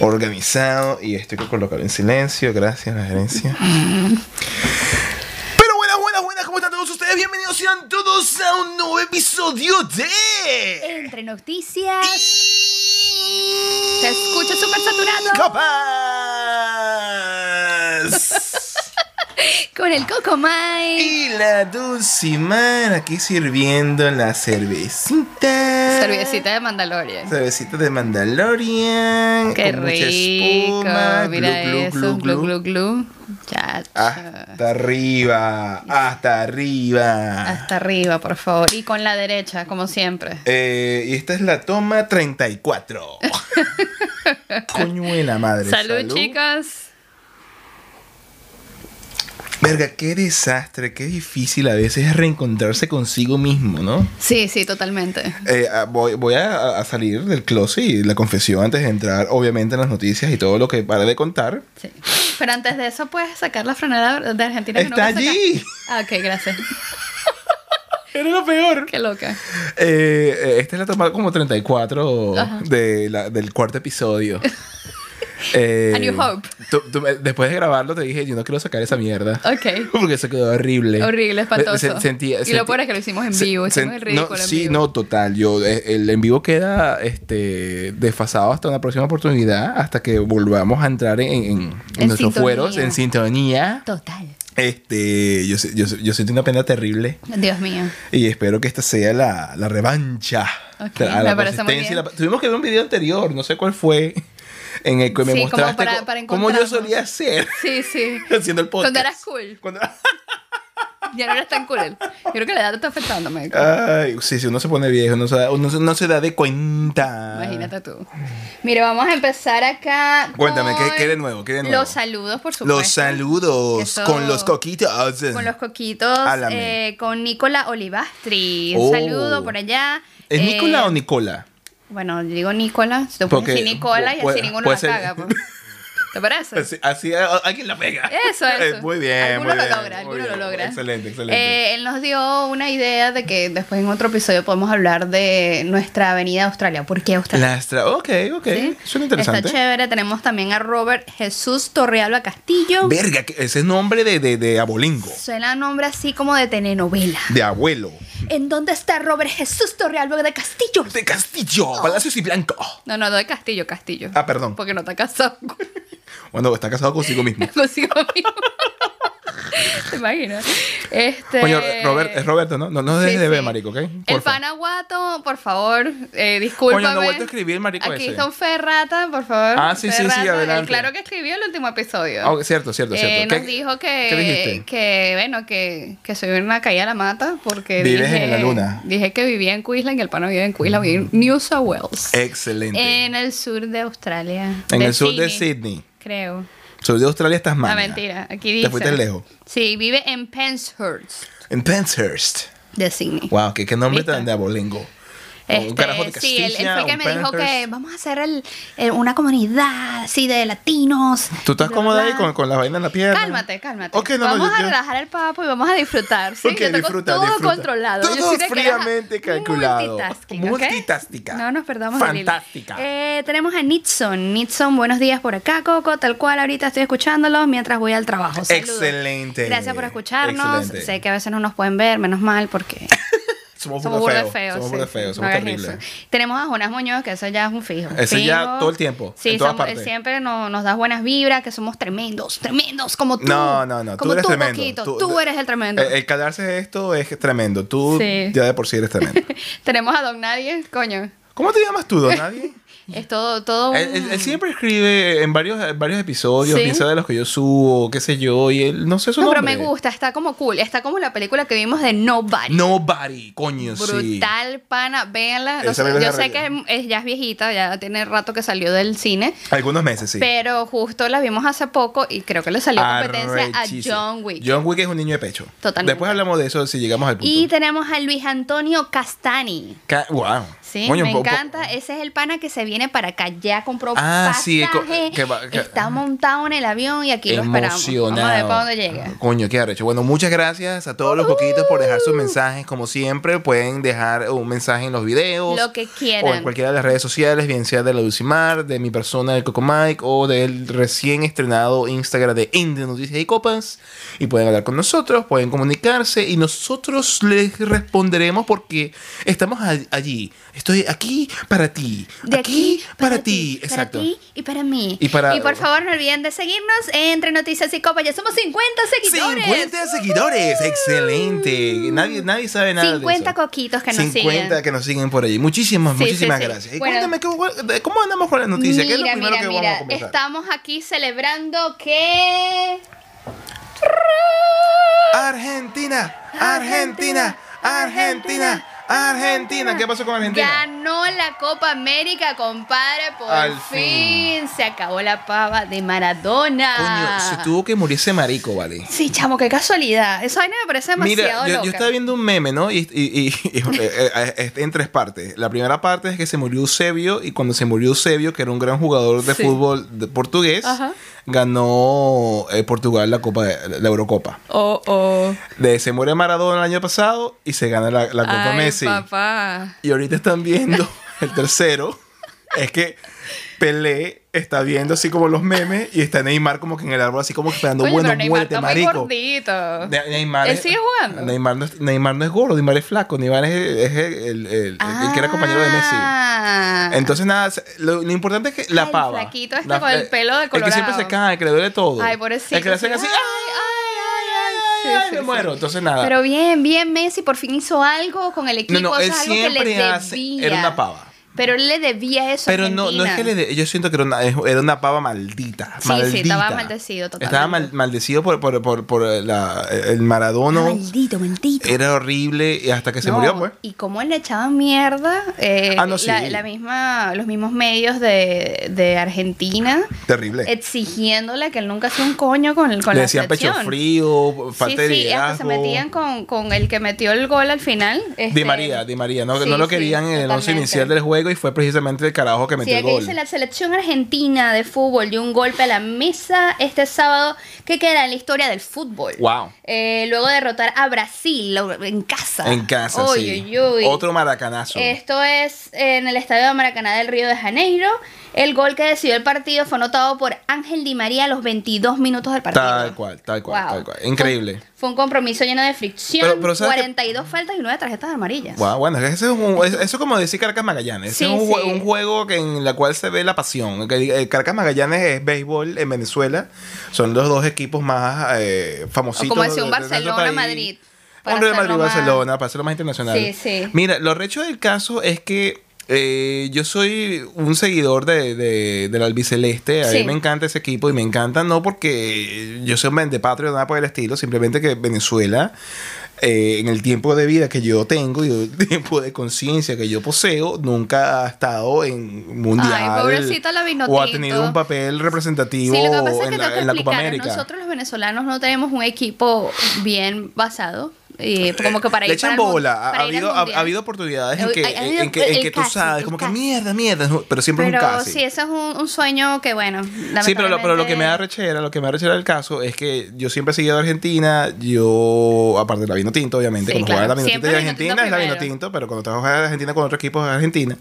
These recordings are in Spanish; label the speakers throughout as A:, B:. A: organizado y estoy que colocarlo en silencio. Gracias, la gerencia. Pero buenas, buenas, buenas, ¿cómo están todos ustedes? Bienvenidos sean todos a un nuevo episodio de.
B: Entre noticias.
A: Se
B: Se escucha súper saturado.
A: ¡Copas!
B: Con el Coco Mai.
A: y la Dulcimar aquí sirviendo la cervecita.
B: Cervecita de Mandalorian.
A: Cervecita de Mandalorian.
B: Qué
A: con mucha espuma,
B: rico. Mira
A: glu, glu,
B: eso.
A: glu,
B: Glu,
A: glu. Ah.
B: glu, glu. Ya.
A: Hasta arriba, hasta arriba.
B: Hasta arriba, por favor. Y con la derecha, como siempre.
A: Eh, y esta es la toma 34. Coño de la madre.
B: Salud, chicas.
A: Verga, qué desastre, qué difícil a veces reencontrarse consigo mismo, ¿no?
B: Sí, sí, totalmente.
A: Eh, ah, voy voy a, a salir del closet y la confesión antes de entrar, obviamente, en las noticias y todo lo que para de contar.
B: Sí. Pero antes de eso, puedes sacar la franela de Argentina. que no
A: ¡Está
B: vas a sacar?
A: allí!
B: Ah, ok, gracias.
A: Era lo peor.
B: Qué loca.
A: Eh, eh, esta es la toma como 34
B: Ajá.
A: de la- del cuarto episodio. Eh,
B: A New Hope.
A: tú- tú me- después de grabarlo te dije, yo no quiero sacar esa mierda.
B: Ok.
A: Porque eso quedó horrible.
B: Horrible, espantoso.
A: Me- se- sentía-
B: y
A: sentí-
B: lo peor es que lo hicimos en
A: se-
B: vivo.
A: se-
B: Hicimos el ridículo
A: no,
B: en
A: sí,
B: vivo.
A: no, total. Yo, eh, el en vivo queda este, desfasado hasta una próxima oportunidad, hasta que volvamos a entrar en, en- en
B: En
A: nuestros
B: sintonía.
A: fueros, en sintonía.
B: Total.
A: Este, yo, sé- yo, sé- yo siento una pena terrible.
B: Dios mío.
A: Y espero que esta sea la, la revancha.
B: Ok,
A: Tra-
B: me parece muy
A: consistencia y
B: bien.
A: Tuvimos que ver un video anterior, no sé cuál fue, en el que me
B: Sí, como
A: mostraste
B: para-
A: co-
B: para
A: cómo yo
B: encontrarnos.
A: solía hacer
B: Sí, sí.
A: haciendo el podcast.
B: Cuando eras cool.
A: Cuando-
B: Ya no eres tan cool. Yo creo que la edad te está afectando, me
A: Ay, sí, sí, uno se pone viejo, no se da, uno se- no se da de cuenta.
B: Imagínate tú. Mira, vamos a empezar acá.
A: Cuéntame,
B: con
A: ¿qué- qué de nuevo? ¿Qué de nuevo?
B: Los saludos, por supuesto.
A: Los saludos
B: Eso.
A: con los coquitos.
B: Con los coquitos.
A: Álame.
B: eh, con Nicola Olivastri.
A: Oh.
B: Un saludo por allá.
A: ¿Es
B: Eh, pues.
A: Nicola o Nicola?
B: Bueno, yo digo Nicola. Si te
A: Porque-
B: pones así Nicola y
A: puede-
B: así ninguno
A: puede
B: la
A: ser-
B: caga. pues. ¿Te parece?
A: Así, así, ah, alguien la pega.
B: Eso, eso.
A: Eh, Muy bien.
B: Alguno
A: muy
B: lo
A: bien,
B: logra,
A: muy
B: alguno
A: bien.
B: lo logra.
A: Excelente, excelente.
B: Eh, él nos dio una idea de que después en otro episodio podemos hablar de nuestra avenida Australia. ¿Por qué Australia?
A: Lastra, ok, ok.
B: ¿Sí?
A: Eh, Suena interesante.
B: Está chévere. Tenemos también a Robert Jesús Torrealba Castillo.
A: Verga, que ese nombre de, de, de abolingo,
B: Suena nombre así como de telenovela.
A: de abuelo,
B: ¿En dónde está Robert Jesús Torrealba de Castillo?
A: de Castillo,
B: Oh.
A: Palacios y Blanco.
B: No, no, de Castillo, Castillo.
A: Ah, perdón.
B: Porque no está casado con-
A: Bueno, está casado consigo mismo.
B: consigo mismo. ¿Te imaginas? Este...
A: Coño, Robert, es Roberto, ¿no? No, no
B: Sí,
A: dejes de
B: sí.
A: ver, marico, ¿ok?
B: El
A: Porfa.
B: panaguato, por favor, eh, discúlpame.
A: Coño, no he vuelto a escribir, marico,
B: Aquí
A: ese.
B: está un Ferrata, por favor.
A: Ah, sí, sí, sí,
B: Ferrata,
A: adelante.
B: El claro que escribió el último episodio.
A: Ah, ok, cierto, cierto,
B: Eh,
A: cierto. ¿Qué-
B: nos dijo
A: ¿Qué
B: que,
A: dijiste?
B: que bueno, que, que soy una caída a la mata porque
A: Vives
B: dije,
A: en la luna.
B: dije que vivía en Queensland y el pana vivía en Queensland, vivía en New South Wales.
A: Excelente.
B: En el sur de Australia.
A: en
B: de
A: el sur de
B: Sydney,
A: Sydney.
B: Creo.
A: Sur de Australia, estás mal.
B: Ah, mentira. Aquí dice.
A: Te fuiste lejos.
B: Sí, vive en Penshurst
A: En Penshurst.
B: de Sydney.
A: Wow, qué, qué nombre
B: ¿Viste?
A: tan de abolengo.
B: Este, sí, él, él fue el que me dijo que vamos a hacer el, el- una comunidad así de latinos.
A: ¿Tú estás
B: bla,
A: cómoda
B: bla,
A: ahí
B: bla.
A: con, con la vaina en la pierna?
B: Cálmate, cálmate.
A: Ok, no, no,
B: vamos
A: yo-
B: a
A: yo-
B: relajar el papo y vamos a disfrutar, ¿sí?
A: Ok,
B: Yo tengo
A: disfruta,
B: todo
A: disfruta.
B: controlado. Yo
A: Todo
B: soy de que era
A: fríamente calculado.
B: Multitasking, ¿ok?
A: Multitástica.
B: No nos perdamos del hilo.
A: Fantástica.
B: Eh, tenemos a Nitson. Nitson, buenos días por acá, Coco. Tal cual, ahorita estoy escuchándolo mientras voy al trabajo. Saludos.
A: Excelente.
B: Gracias por escucharnos.
A: Excelente.
B: Sé que a veces no nos pueden ver, menos mal, porque...
A: Somos
B: Somos
A: burda
B: burda
A: feos.
B: feos.
A: Somos
B: sí,
A: burda
B: sí,
A: feos,
B: no
A: somos
B: hagas
A: terribles.
B: eso. Tenemos a Jonas Muñoz, que eso ya es un fijo.
A: Ese
B: fijo.
A: ya todo el tiempo,
B: Sí,
A: en todas
B: somos-
A: partes.
B: siempre nos, nos das buenas vibras, que somos tremendos, tremendos, como tú.
A: No, no, no. Tú eh,
B: Como
A: eres tremendo.
B: Coquito, Tú, eres el tremendo.
A: El, el calarse de esto es tremendo. Tú
B: Sí.
A: ya de por sí eres tremendo.
B: Tenemos a Don Nadie, coño.
A: ¿Cómo te llamas tú, don Nadie?
B: Es todo, todo un-
A: Él, él- él siempre escribe en varios, en varios episodios,
B: Oh. Sí.
A: bien sea de los que yo subo, qué sé yo, y él no sé su
B: No,
A: nombre.
B: pero me gusta, está como cool. Está como la película que vimos de Nobody.
A: Nobody, coño, sí.
B: Brutal, pana, véanla. No sé,
A: Esa película
B: yo
A: es
B: sé que es- ya es viejita, ya tiene rato que salió del cine,
A: Algunos meses, sí.
B: pero justo la vimos hace poco y creo que le salió competencia a
A: Arrechísimo.
B: John Wick.
A: Ah, John Wick es un niño de pecho.
B: Totalmente.
A: Después hablamos de eso si llegamos al punto.
B: Y tenemos a Luis Antonio Castani.
A: Ca- wow.
B: Sí,
A: Coño,
B: me
A: po- po-
B: encanta. Ese es el pana que se viene para acá ya compró ah, pasaje, sí, que, que, que, está montado en el avión y aquí lo esperamos. Vamos a ver para dónde llega.
A: Coño, qué arrecho. Bueno, muchas gracias a todos los poquitos por dejar sus mensajes. Como siempre, pueden dejar un mensaje en los videos.
B: Lo que quieran.
A: O en cualquiera de las redes sociales, bien sea de la Lucimar, de mi persona, del Coco Mike, o del recién estrenado Instagram de Indie Noticias y Copas. Y pueden hablar con nosotros, pueden comunicarse y nosotros les responderemos porque estamos allí. Estoy aquí para ti.
B: De aquí, aquí
A: para, para ti. Exacto.
B: Para ti y para mí.
A: Y, para,
B: y por favor, no olviden de seguirnos entre Noticias y Copas. Ya somos 50 seguidores.
A: 50 seguidores. Uh -huh. Excelente. Nadie, nadie sabe nada.
B: 50
A: de eso.
B: coquitos que nos 50
A: siguen. 50 que nos siguen por allí. Muchísimas, sí, muchísimas sí, sí. gracias. Y bueno, cuéntame, ¿cómo, ¿cómo andamos con las noticias?
B: Mira,
A: ¿Qué es lo primero
B: mira,
A: que
B: mira.
A: vamos a comentar?
B: Estamos aquí celebrando que.
A: Argentina, Argentina, Argentina. Argentina, ¿qué pasó con Argentina?
B: Ganó la Copa América, compadre, por
A: Al
B: fin. fin. Se acabó la pava de Maradona.
A: Coño, se tuvo que morir ese marico, ¿vale?
B: Sí, chamo, qué casualidad. Eso a mí me parece demasiado
A: Mira, yo,
B: loca.
A: yo estaba viendo un meme, ¿no? Y, y, y, y en tres partes. La primera parte es que se murió Eusebio y cuando se murió Eusebio, que era un gran jugador de
B: Sí.
A: fútbol de- portugués,
B: Ajá.
A: ganó eh, Portugal la Copa, de- la Eurocopa.
B: Oh, oh.
A: De- se muere Maradona el año pasado y se gana la, la Copa
B: Ay,
A: Messi.
B: papá.
A: Y ahorita están viendo el tercero. Es que Pelé está viendo así como los memes y está Neymar como que en el árbol así como que esperando,
B: Coño,
A: bueno,
B: pero Neymar
A: muérete,
B: está muy
A: marico.
B: gordito.
A: Ne- Neymar
B: ¿Él
A: es-
B: sigue jugando?
A: Neymar no, es, Neymar no es gordo, Neymar es flaco, Neymar es, es el, el- el- el que era compañero de Messi.
B: Ah.
A: Entonces nada, se- lo, lo importante es que la
B: El
A: pava.
B: flaquito este
A: la-
B: con el pelo de
A: El que siempre
B: colorado.
A: se cae, que le duele todo.
B: Ay, pobrecito,
A: El que le hacen
B: sí.
A: así,
B: Ay,
A: ay, ay, ay,
B: Sí,
A: ay,
B: sí,
A: me
B: sí.
A: muero. Entonces nada.
B: Pero bien, bien, Messi por fin hizo algo con el equipo.
A: ah. no,
B: o
A: no,
B: sea,
A: él
B: algo que le
A: siempre
B: debía.
A: hace, era una pava.
B: Pero él le debía eso. a
A: Pero no, no es
B: Argentina.
A: que le de- yo siento que era una, era una pava maldita.
B: Sí,
A: maldita.
B: sí, estaba maldecido totalmente.
A: Estaba mal- maldecido por, por, por, por la- el Maradona.
B: Maldito, maldito.
A: Era horrible y hasta que se
B: No,
A: murió, pues.
B: Y cómo le echaban mierda eh,
A: Ah, no, sí.
B: la, la misma, los mismos medios de, de Argentina
A: Terrible.
B: exigiéndole que él nunca hacía un coño con, Eh, con
A: Le
B: la
A: decían pecho
B: selección.
A: frío, falta de
B: sí, sí, hasta se
A: liderazgo.
B: metían con, con el que metió el gol al final.
A: Di
B: este,
A: María, Di María, no,
B: Sí,
A: no lo
B: sí,
A: querían en el once
B: totalmente.
A: inicial del juego y fue precisamente el carajo que
B: Sí,
A: metió el
B: aquí
A: gol.
B: dice la selección argentina de fútbol dio un golpe a la mesa este sábado que queda en la historia del fútbol.
A: Wow.
B: Eh, luego de derrotar a Brasil lo- en casa.
A: En casa,
B: Uy,
A: sí.
B: uy, uy.
A: Otro maracanazo.
B: Esto es en el estadio de Maracaná del Río de Janeiro. El gol que decidió el partido fue anotado por Ángel Di María a los 22 minutos del partido.
A: Tal cual, tal cual,
B: Wow.
A: tal cual. Increíble.
B: Fue, un compromiso lleno de fricción.
A: Pero- pero ¿sabes qué?
B: 42 faltas y 9 tarjetas amarillas.
A: Guau, bueno, ese es un- es- eso es como decir Caracas Magallanes.
B: Sí,
A: es un, jue-
B: sí.
A: un juego que en la cual se ve la pasión. Que el Caracas Magallanes es béisbol en Venezuela. Son los dos equipos más eh, famositos.
B: O como decía un
A: de- de nuestro
B: Barcelona,
A: país.
B: Madrid, para
A: Hombre de Madrid,
B: hacerlo más-
A: Barcelona, para hacerlo más internacional.
B: Sí, sí.
A: Mira, lo recho del caso es que eh, yo soy un seguidor de, de- del albiceleste. A mí
B: Sí.
A: me encanta ese equipo y me encanta no porque yo soy un vendepatrio nada por el estilo, simplemente que Venezuela eh, en el tiempo de vida que yo tengo y el tiempo de conciencia que yo poseo, nunca ha estado en mundial.
B: Ay, pobrecito la Vinotinto.
A: o ha tenido un papel representativo
B: Sí, lo que pasa es que
A: en,
B: tengo
A: la,
B: que
A: en la Copa
B: explicar,
A: América.
B: nosotros los venezolanos no tenemos un equipo bien basado, eh, como que para
A: Le
B: ir para
A: echan
B: el mun-
A: bola. Ha-
B: para
A: ha,
B: ir al
A: habido, ha, ha
B: mundial.
A: habido oportunidades en
B: Ay,
A: que,
B: ha
A: en-
B: habido
A: en que- en
B: el
A: que tú
B: casi,
A: sabes,
B: el
A: como que
B: casi.
A: mierda, mierda, pero siempre
B: Pero
A: es un casi.
B: sí, eso es un, un sueño que, bueno,
A: Sí, pero lo, pero lo que me da
B: lamentablemente-
A: rechera, lo que me da rechera del caso es que yo siempre he seguido a Argentina, yo, aparte de la vino tinto, obviamente,
B: Sí,
A: cuando jugaba
B: claro.
A: la vino tinto
B: Siempre la
A: de
B: vino tinto
A: Argentina es la vino
B: primero.
A: tinto, pero cuando estaba jugando en Argentina con otro equipo de Argentina,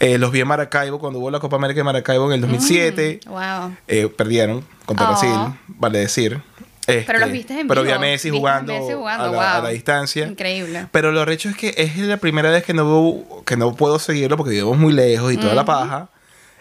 A: eh, los vi en Maracaibo cuando hubo la Copa América de Maracaibo en el 2007,
B: Wow.
A: eh, perdieron contra
B: Mm. Oh.
A: Brasil, vale decir. Este,
B: Pero los viste en
A: Pero vi
B: vivo.
A: a
B: Viste
A: Messi
B: a
A: jugando,
B: Messi jugando,
A: a, la,
B: wow.
A: a la distancia.
B: Increíble.
A: Pero lo recho es que es la primera vez que no, veo- que no puedo seguirlo porque vivimos muy lejos y toda la paja.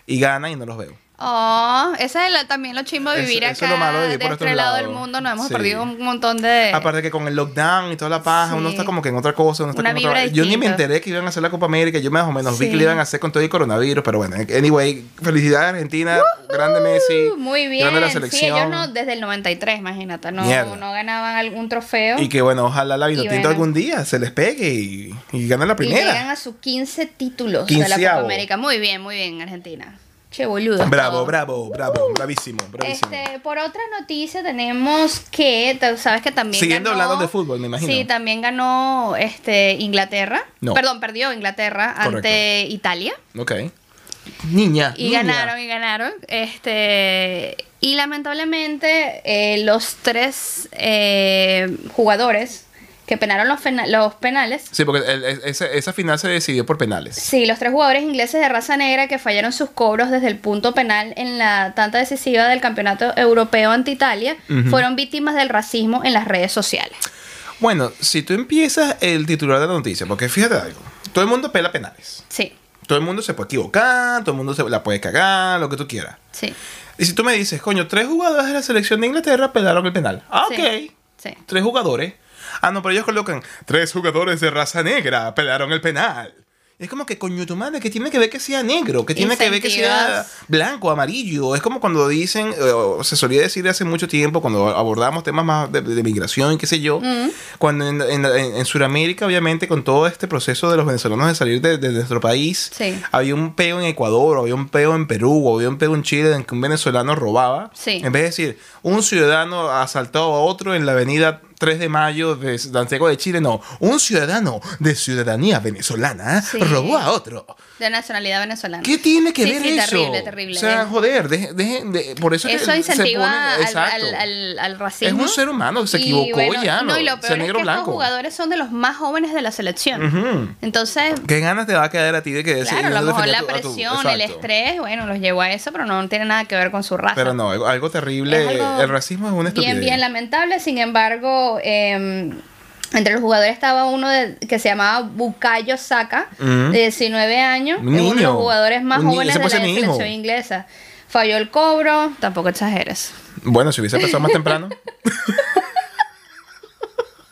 A: Y gana y no los veo.
B: Oh, ese es la- también lo chimbo de
A: Eso-
B: vivir
A: eso es
B: acá,
A: lo malo
B: de,
A: de vivir por
B: este
A: estos
B: lado
A: lados.
B: del mundo, nos hemos
A: Sí.
B: perdido un montón de...
A: Aparte que con el lockdown y toda la paja,
B: Sí.
A: uno está como que en otra cosa, uno está
B: Una
A: como en otra-
B: vibra
A: Yo ni me
B: distinta.
A: enteré que iban a hacer la Copa América, yo más o menos vi que
B: Sí.
A: le iban a hacer con todo el coronavirus, pero bueno, anyway, felicidades Argentina, grande Messi,
B: Uh, Muy bien.
A: grande la
B: Sí,
A: selección.
B: ellos no, desde el 93, imagínate, no,
A: Mierda.
B: no ganaban algún trofeo.
A: Y que bueno, ojalá la Vinotinto
B: bueno.
A: algún día se les pegue y, y ganen la
B: Y llegan
A: primera.
B: a sus 15 títulos de la Copa
A: Quinceavo.
B: América. Muy bien, muy bien, Argentina. Che, boludo.
A: Bravo,
B: todo.
A: bravo, bravo, bravísimo, bravísimo.
B: Este, por otra noticia tenemos que, t- sabes que también
A: Siguiendo
B: ganó-
A: hablando de fútbol, me imagino.
B: Sí, también ganó este Inglaterra.
A: No.
B: Perdón, perdió Inglaterra
A: Correcto.
B: ante Italia.
A: Ok. Niña.
B: Y
A: niña.
B: ganaron, y ganaron. Este, y lamentablemente eh, los tres eh, jugadores que penaron los, fena- los penales,
A: Sí, porque el- es- esa, esa final se decidió por penales.
B: sí, los tres jugadores ingleses de raza negra que fallaron sus cobros desde el punto penal en la tanta decisiva del Campeonato Europeo ante Italia,
A: Ujú.
B: fueron víctimas del racismo en las redes sociales.
A: Bueno, si tú empiezas el titular de la noticia, porque fíjate algo, todo el mundo pela penales.
B: Sí,
A: Todo el mundo se puede equivocar, todo el mundo se la puede cagar, lo que tú quieras.
B: sí.
A: Y si tú me dices, coño, tres jugadores de la selección de Inglaterra pelaron el penal. Ah,
B: sí,
A: ok.
B: Sí.
A: Tres jugadores. Ah, no, pero ellos colocan, tres jugadores de raza negra pelaron el penal. Y Es como que, coño, tu madre, que tiene que ver que sea negro, que tiene que ver que sea
B: Incentivas.
A: blanco, amarillo. Es como cuando dicen, eh, o se solía decir hace mucho tiempo, cuando abordamos temas más de, de migración, qué sé yo,
B: Mm.
A: cuando en, en- en- en Sudamérica, obviamente, con todo este proceso de los venezolanos de salir de, de nuestro país,
B: Sí.
A: había un peo en Ecuador, había un peo en Perú, o había un peo en Chile en que un venezolano robaba.
B: Sí.
A: En vez de decir, un ciudadano asaltó a otro en la avenida 3 de mayo de Santiago de Chile, no, un ciudadano de ciudadanía venezolana ¿eh?
B: Sí.
A: robó a otro.
B: De nacionalidad venezolana.
A: ¿Qué tiene que
B: Sí,
A: ver
B: sí,
A: eso?
B: terrible, terrible.
A: O sea,
B: Es-
A: joder, dejen, dejen de- por eso, es que
B: Eso incentiva
A: ponen-
B: al,
A: exacto.
B: al, al, al racismo.
A: Es un ser humano, se equivocó y ya,
B: No,
A: ¿no?
B: y lo
A: Sea
B: peor es
A: negro
B: que
A: o blanco.
B: estos jugadores son de los más jóvenes de la selección.
A: Ujú.
B: Entonces,
A: ¿Qué ganas te va a quedar a ti de que de
B: claro, a lo
A: defender
B: mejor
A: a
B: la
A: tu- a tu-
B: presión, el
A: exacto.
B: estrés, bueno, los llevó a eso, pero no tiene nada que ver con su raza.
A: Pero no, algo, algo terrible.
B: Es algo
A: el racismo es una estupidez.
B: bien, bien lamentable. Sin embargo, eh, entre los jugadores estaba uno de- que se llamaba Bukayo Saka,
A: Ujú.
B: de 19 años, es
A: Un
B: uno de los
A: niño.
B: jugadores más
A: Un niño,
B: jóvenes
A: ese
B: de la
A: puede ser mi hijo.
B: selección inglesa. Falló el cobro, tampoco exageres.
A: Bueno, si hubiese empezado más temprano.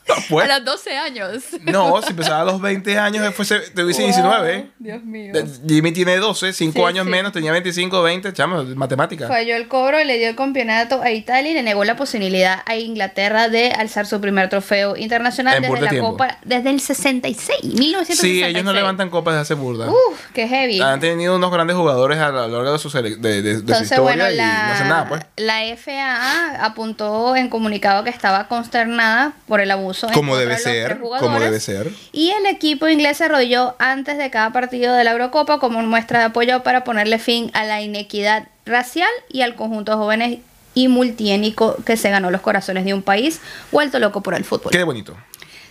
A: no, pues.
B: A los 12 años.
A: No, si empezaba a los 20 años, eh, fuese, te hubiese 19.
B: Dios mío.
A: Eh, Jimmy tiene 12, 5
B: Sí,
A: años
B: sí.
A: menos, tenía 25, 20, chamo, matemática.
B: Falló el cobro, le dio el campeonato a Italia y le negó la posibilidad a Inglaterra de alzar su primer trofeo internacional
A: En burda
B: desde la
A: tiempo.
B: Copa desde el 66, 1966.
A: Sí, ellos no levantan Ah, copas de hace burda.
B: Uf, qué heavy.
A: Han tenido unos grandes jugadores a lo largo de su, sele- de, de- de su
B: Entonces,
A: historia
B: bueno,
A: y
B: la,
A: no hacen nada, pues.
B: la FAA apuntó en comunicado que estaba consternada por el abuso. en
A: Como
B: contra
A: debe
B: de los tres
A: ser, como
B: jugadores.
A: debe ser.
B: Y el equipo inglés se arrolló antes de cada partido de la Eurocopa como muestra de apoyo para ponerle fin a la inequidad racial y al conjunto de jóvenes y multiétnico que se ganó los corazones de un país vuelto loco por el fútbol.
A: Qué bonito.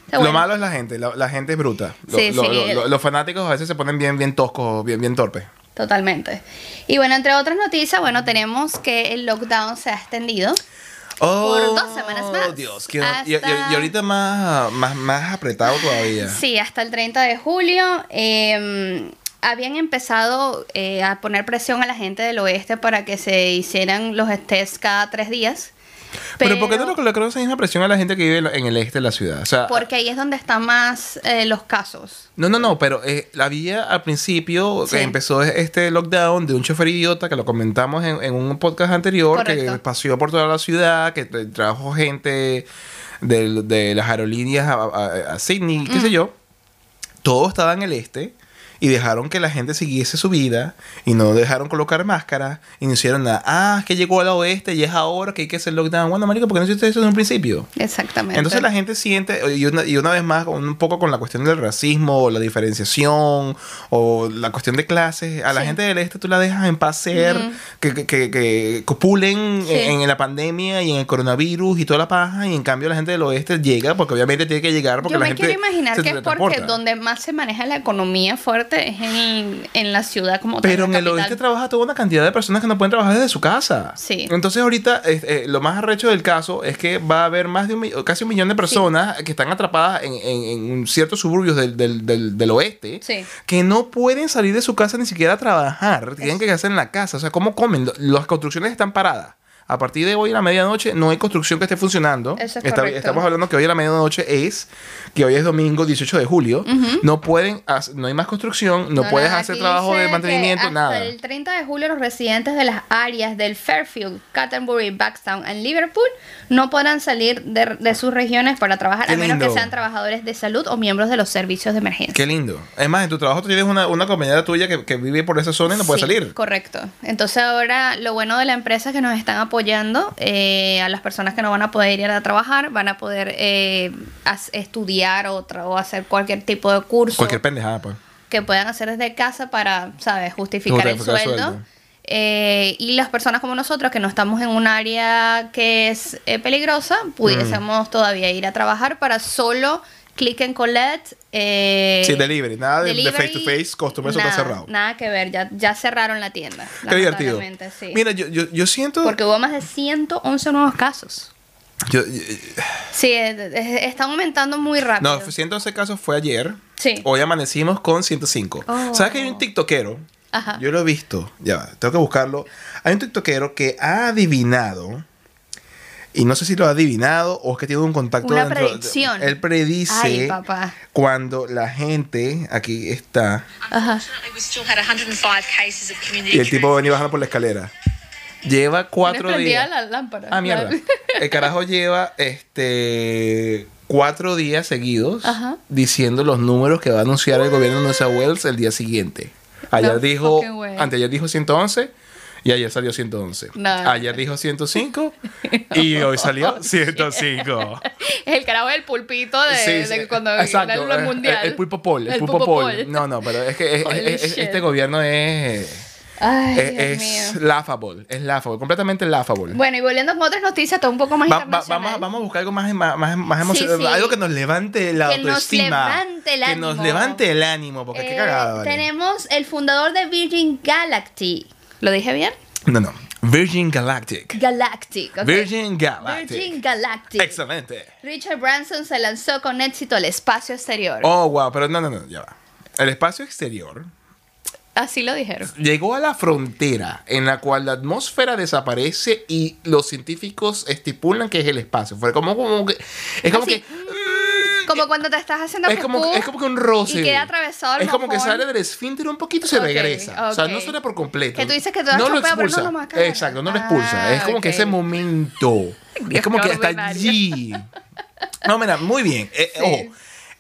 B: Está bueno.
A: Lo malo es la gente, la, la gente es bruta. Lo-
B: Sí,
A: lo-
B: sí.
A: lo- lo- los fanáticos a veces se ponen bien, bien toscos, bien, bien torpes.
B: Totalmente. Y bueno, entre otras noticias, bueno, tenemos que el lockdown se ha extendido. Por dos semanas más.
A: Oh, Dios, que- y, y-
B: Hasta-
A: y ahorita más, más, más apretado todavía.
B: Sí, hasta el 30 de julio. eh, habían empezado eh, a poner presión a la gente del oeste para que se hicieran los tests cada tres días.
A: pero, ¿por qué no le colocaron esa misma presión a la gente que vive en lo- en el este de la ciudad? O sea,
B: Porque ahí es donde están más eh, los casos.
A: no, no, no, pero eh, había al principio,
B: Sí.
A: eh, empezó este lockdown de un chofer idiota que lo comentamos en, en un podcast anterior, que
B: Correcto.
A: paseó por toda la ciudad, que tra- trajo gente del- de, las aerolíneas a, a- a Sydney, qué sé yo. Todo estaba en el este y dejaron que la gente siguiese su vida y no dejaron colocar máscaras y no hicieron nada. Ah, es que llegó al oeste y es ahora que hay que hacer lockdown. Bueno, marico, ¿por qué no hiciste eso desde un principio?
B: Exactamente.
A: Entonces la gente siente, y una, y una vez más, un poco con la cuestión del racismo, o la diferenciación, o la cuestión de clases, a la
B: Sí.
A: gente del este tú la dejas en paz ser, que, que, que- que copulen
B: Sí.
A: en, en la pandemia y en el coronavirus y toda la paja, y en cambio la gente del oeste llega, porque obviamente tiene que llegar, porque
B: Yo
A: la
B: me
A: gente
B: quiero imaginar
A: se
B: que es porque
A: teletransporta.
B: donde más se maneja la economía fuerte es en, en la ciudad como tal,
A: Pero en
B: la
A: el oeste
B: capital.
A: trabaja toda una cantidad de personas que no pueden trabajar desde su casa.
B: Sí.
A: Entonces ahorita eh, eh, lo más arrecho del caso es que va a haber más de un mi- casi un millón de personas que están atrapadas en, en- en ciertos suburbios del, del- del- del oeste.
B: Sí.
A: Que no pueden salir de su casa ni siquiera a trabajar. Tienen que quedarse en la casa. O sea, ¿cómo comen? Lo- Las construcciones están paradas. A partir de hoy a la medianoche no hay construcción que esté funcionando.
B: Eso es
A: Está-
B: correcto.
A: estamos hablando que hoy a la medianoche es, que hoy es domingo 18 de julio. No pueden, hac- no hay más construcción, no, puedes
B: nada,
A: hacer
B: aquí
A: trabajo
B: dice
A: de
B: que
A: mantenimiento,
B: hasta
A: nada.
B: El 30 de julio los residentes de las áreas del Fairfield, Canterbury, Backstown y Liverpool no podrán salir de, de sus regiones para trabajar
A: Qué
B: a menos que
A: lindo.
B: sean trabajadores de salud o miembros de los servicios de emergencia.
A: Qué lindo. Es más, en tu trabajo tú tienes una, una compañera tuya que, que vive por esa zona y no puede
B: Sí,
A: salir.
B: Correcto. Entonces ahora lo bueno de la empresa es que nos están apoyando eh, a las personas que no van a poder ir a trabajar, van a poder eh, as- estudiar o, tra- o hacer cualquier tipo de curso.
A: Cualquier pendejada, pues.
B: que puedan hacer desde casa para, ¿sabes?, justificar, el
A: Justificar el
B: sueldo.
A: sueldo.
B: Eh, y las personas como nosotros, que no estamos en un área que es eh, peligrosa,
A: Mm.
B: pudiésemos todavía ir a trabajar para solo click and collect. eh,
A: Sí, delivery, nada de, de
B: delivery,
A: face to face, costumbre eso está
B: nada,
A: cerrado.
B: Nada que ver, ya, ya cerraron la tienda.
A: Qué divertido.
B: lamentablemente, sí.
A: Mira, yo, yo, yo siento.
B: Porque hubo más de 111 nuevos casos.
A: yo- yo-
B: Sí, es- es- están aumentando muy rápido.
A: no, 111 casos fue ayer.
B: Ah, Sí.
A: Hoy amanecimos con 105.
B: Oh.
A: ¿Sabes que hay un tiktokero?
B: Ajá.
A: Yo lo he visto. Ya va, tengo que buscarlo. Hay un tiktokero que ha adivinado. Y no sé si lo ha adivinado o es que tiene un contacto
B: Una
A: dentro de-
B: predicción.
A: él predice
B: Ay, papá.
A: cuando la gente aquí está
B: Ajá.
C: Unfortunately, we still had 105 cases of community.
A: y el tipo venía bajando por la escalera. Lleva cuatro
B: No es prendida
A: días.
B: la lámpara.
A: Ah, mierda. El carajo lleva este cuatro días seguidos
B: Ajá.
A: diciendo los números que va a anunciar el gobierno de Nueva Wales el día siguiente. Ayer
B: No
A: dijo,
B: fucking way.
A: anteayer dijo 111 y ayer salió 111.
B: No.
A: Ayer dijo 105 y hoy salió 105.
B: Es el carajo del pulpito de,
A: Sí, sí,
B: de cuando
A: exacto,
B: la luna
A: el-
B: mundial.
A: El, pulpo pol, el, pulpo, pol. No, no, pero es que es-
B: Holy
A: es- es-
B: shit.
A: este gobierno es,
B: Ay, Dios
A: es, Eh, es
B: mío.
A: laughable, es laughable, completamente laughable.
B: Bueno, y volviendo con otras noticias, todo un poco más
A: Va- va-
B: internacional.
A: vamos, a- vamos a buscar algo más, más, más, más
B: Sí,
A: emocional.
B: sí.
A: Algo que nos levante la
B: Que nos
A: autoestima.
B: levante el
A: que
B: ánimo.
A: nos levante el ánimo, porque qué
B: Eh,
A: cagada. vale.
B: Tenemos el fundador de Virgin Galactic. ¿Lo dije bien?
A: No, no. Virgin Galactic.
B: Galactic. ok.
A: Virgin Galactic.
B: Virgin Galactic.
A: Excelente.
B: Richard Branson se lanzó con éxito al espacio exterior.
A: Oh, wow, pero no, no, no, ya va. El espacio exterior
B: Así lo dijeron.
A: llegó a la frontera en la cual la atmósfera desaparece y los científicos estipulan que es el espacio. Fue como, como que. Es como
B: Así,
A: que.
B: Como cuando te estás haciendo
A: es como,
B: pupú
A: es como que un roce.
B: y queda atravesado el
A: Es como que
B: mojón.
A: sale del esfínter un poquito y se
B: Ok,
A: regresa. O sea,
B: ok.
A: no suena por completo.
B: Que tú dices que te das
A: No lo
B: chopeo, pero no
A: expulsa.
B: lo macaron.
A: Exacto, no lo expulsa.
B: Ah,
A: es como que
B: ok.
A: ese momento. es
B: Dios,
A: como
B: qué
A: que está
B: ordinario.
A: allí. No, mira, muy bien. Eh,
B: Sí.
A: Ojo.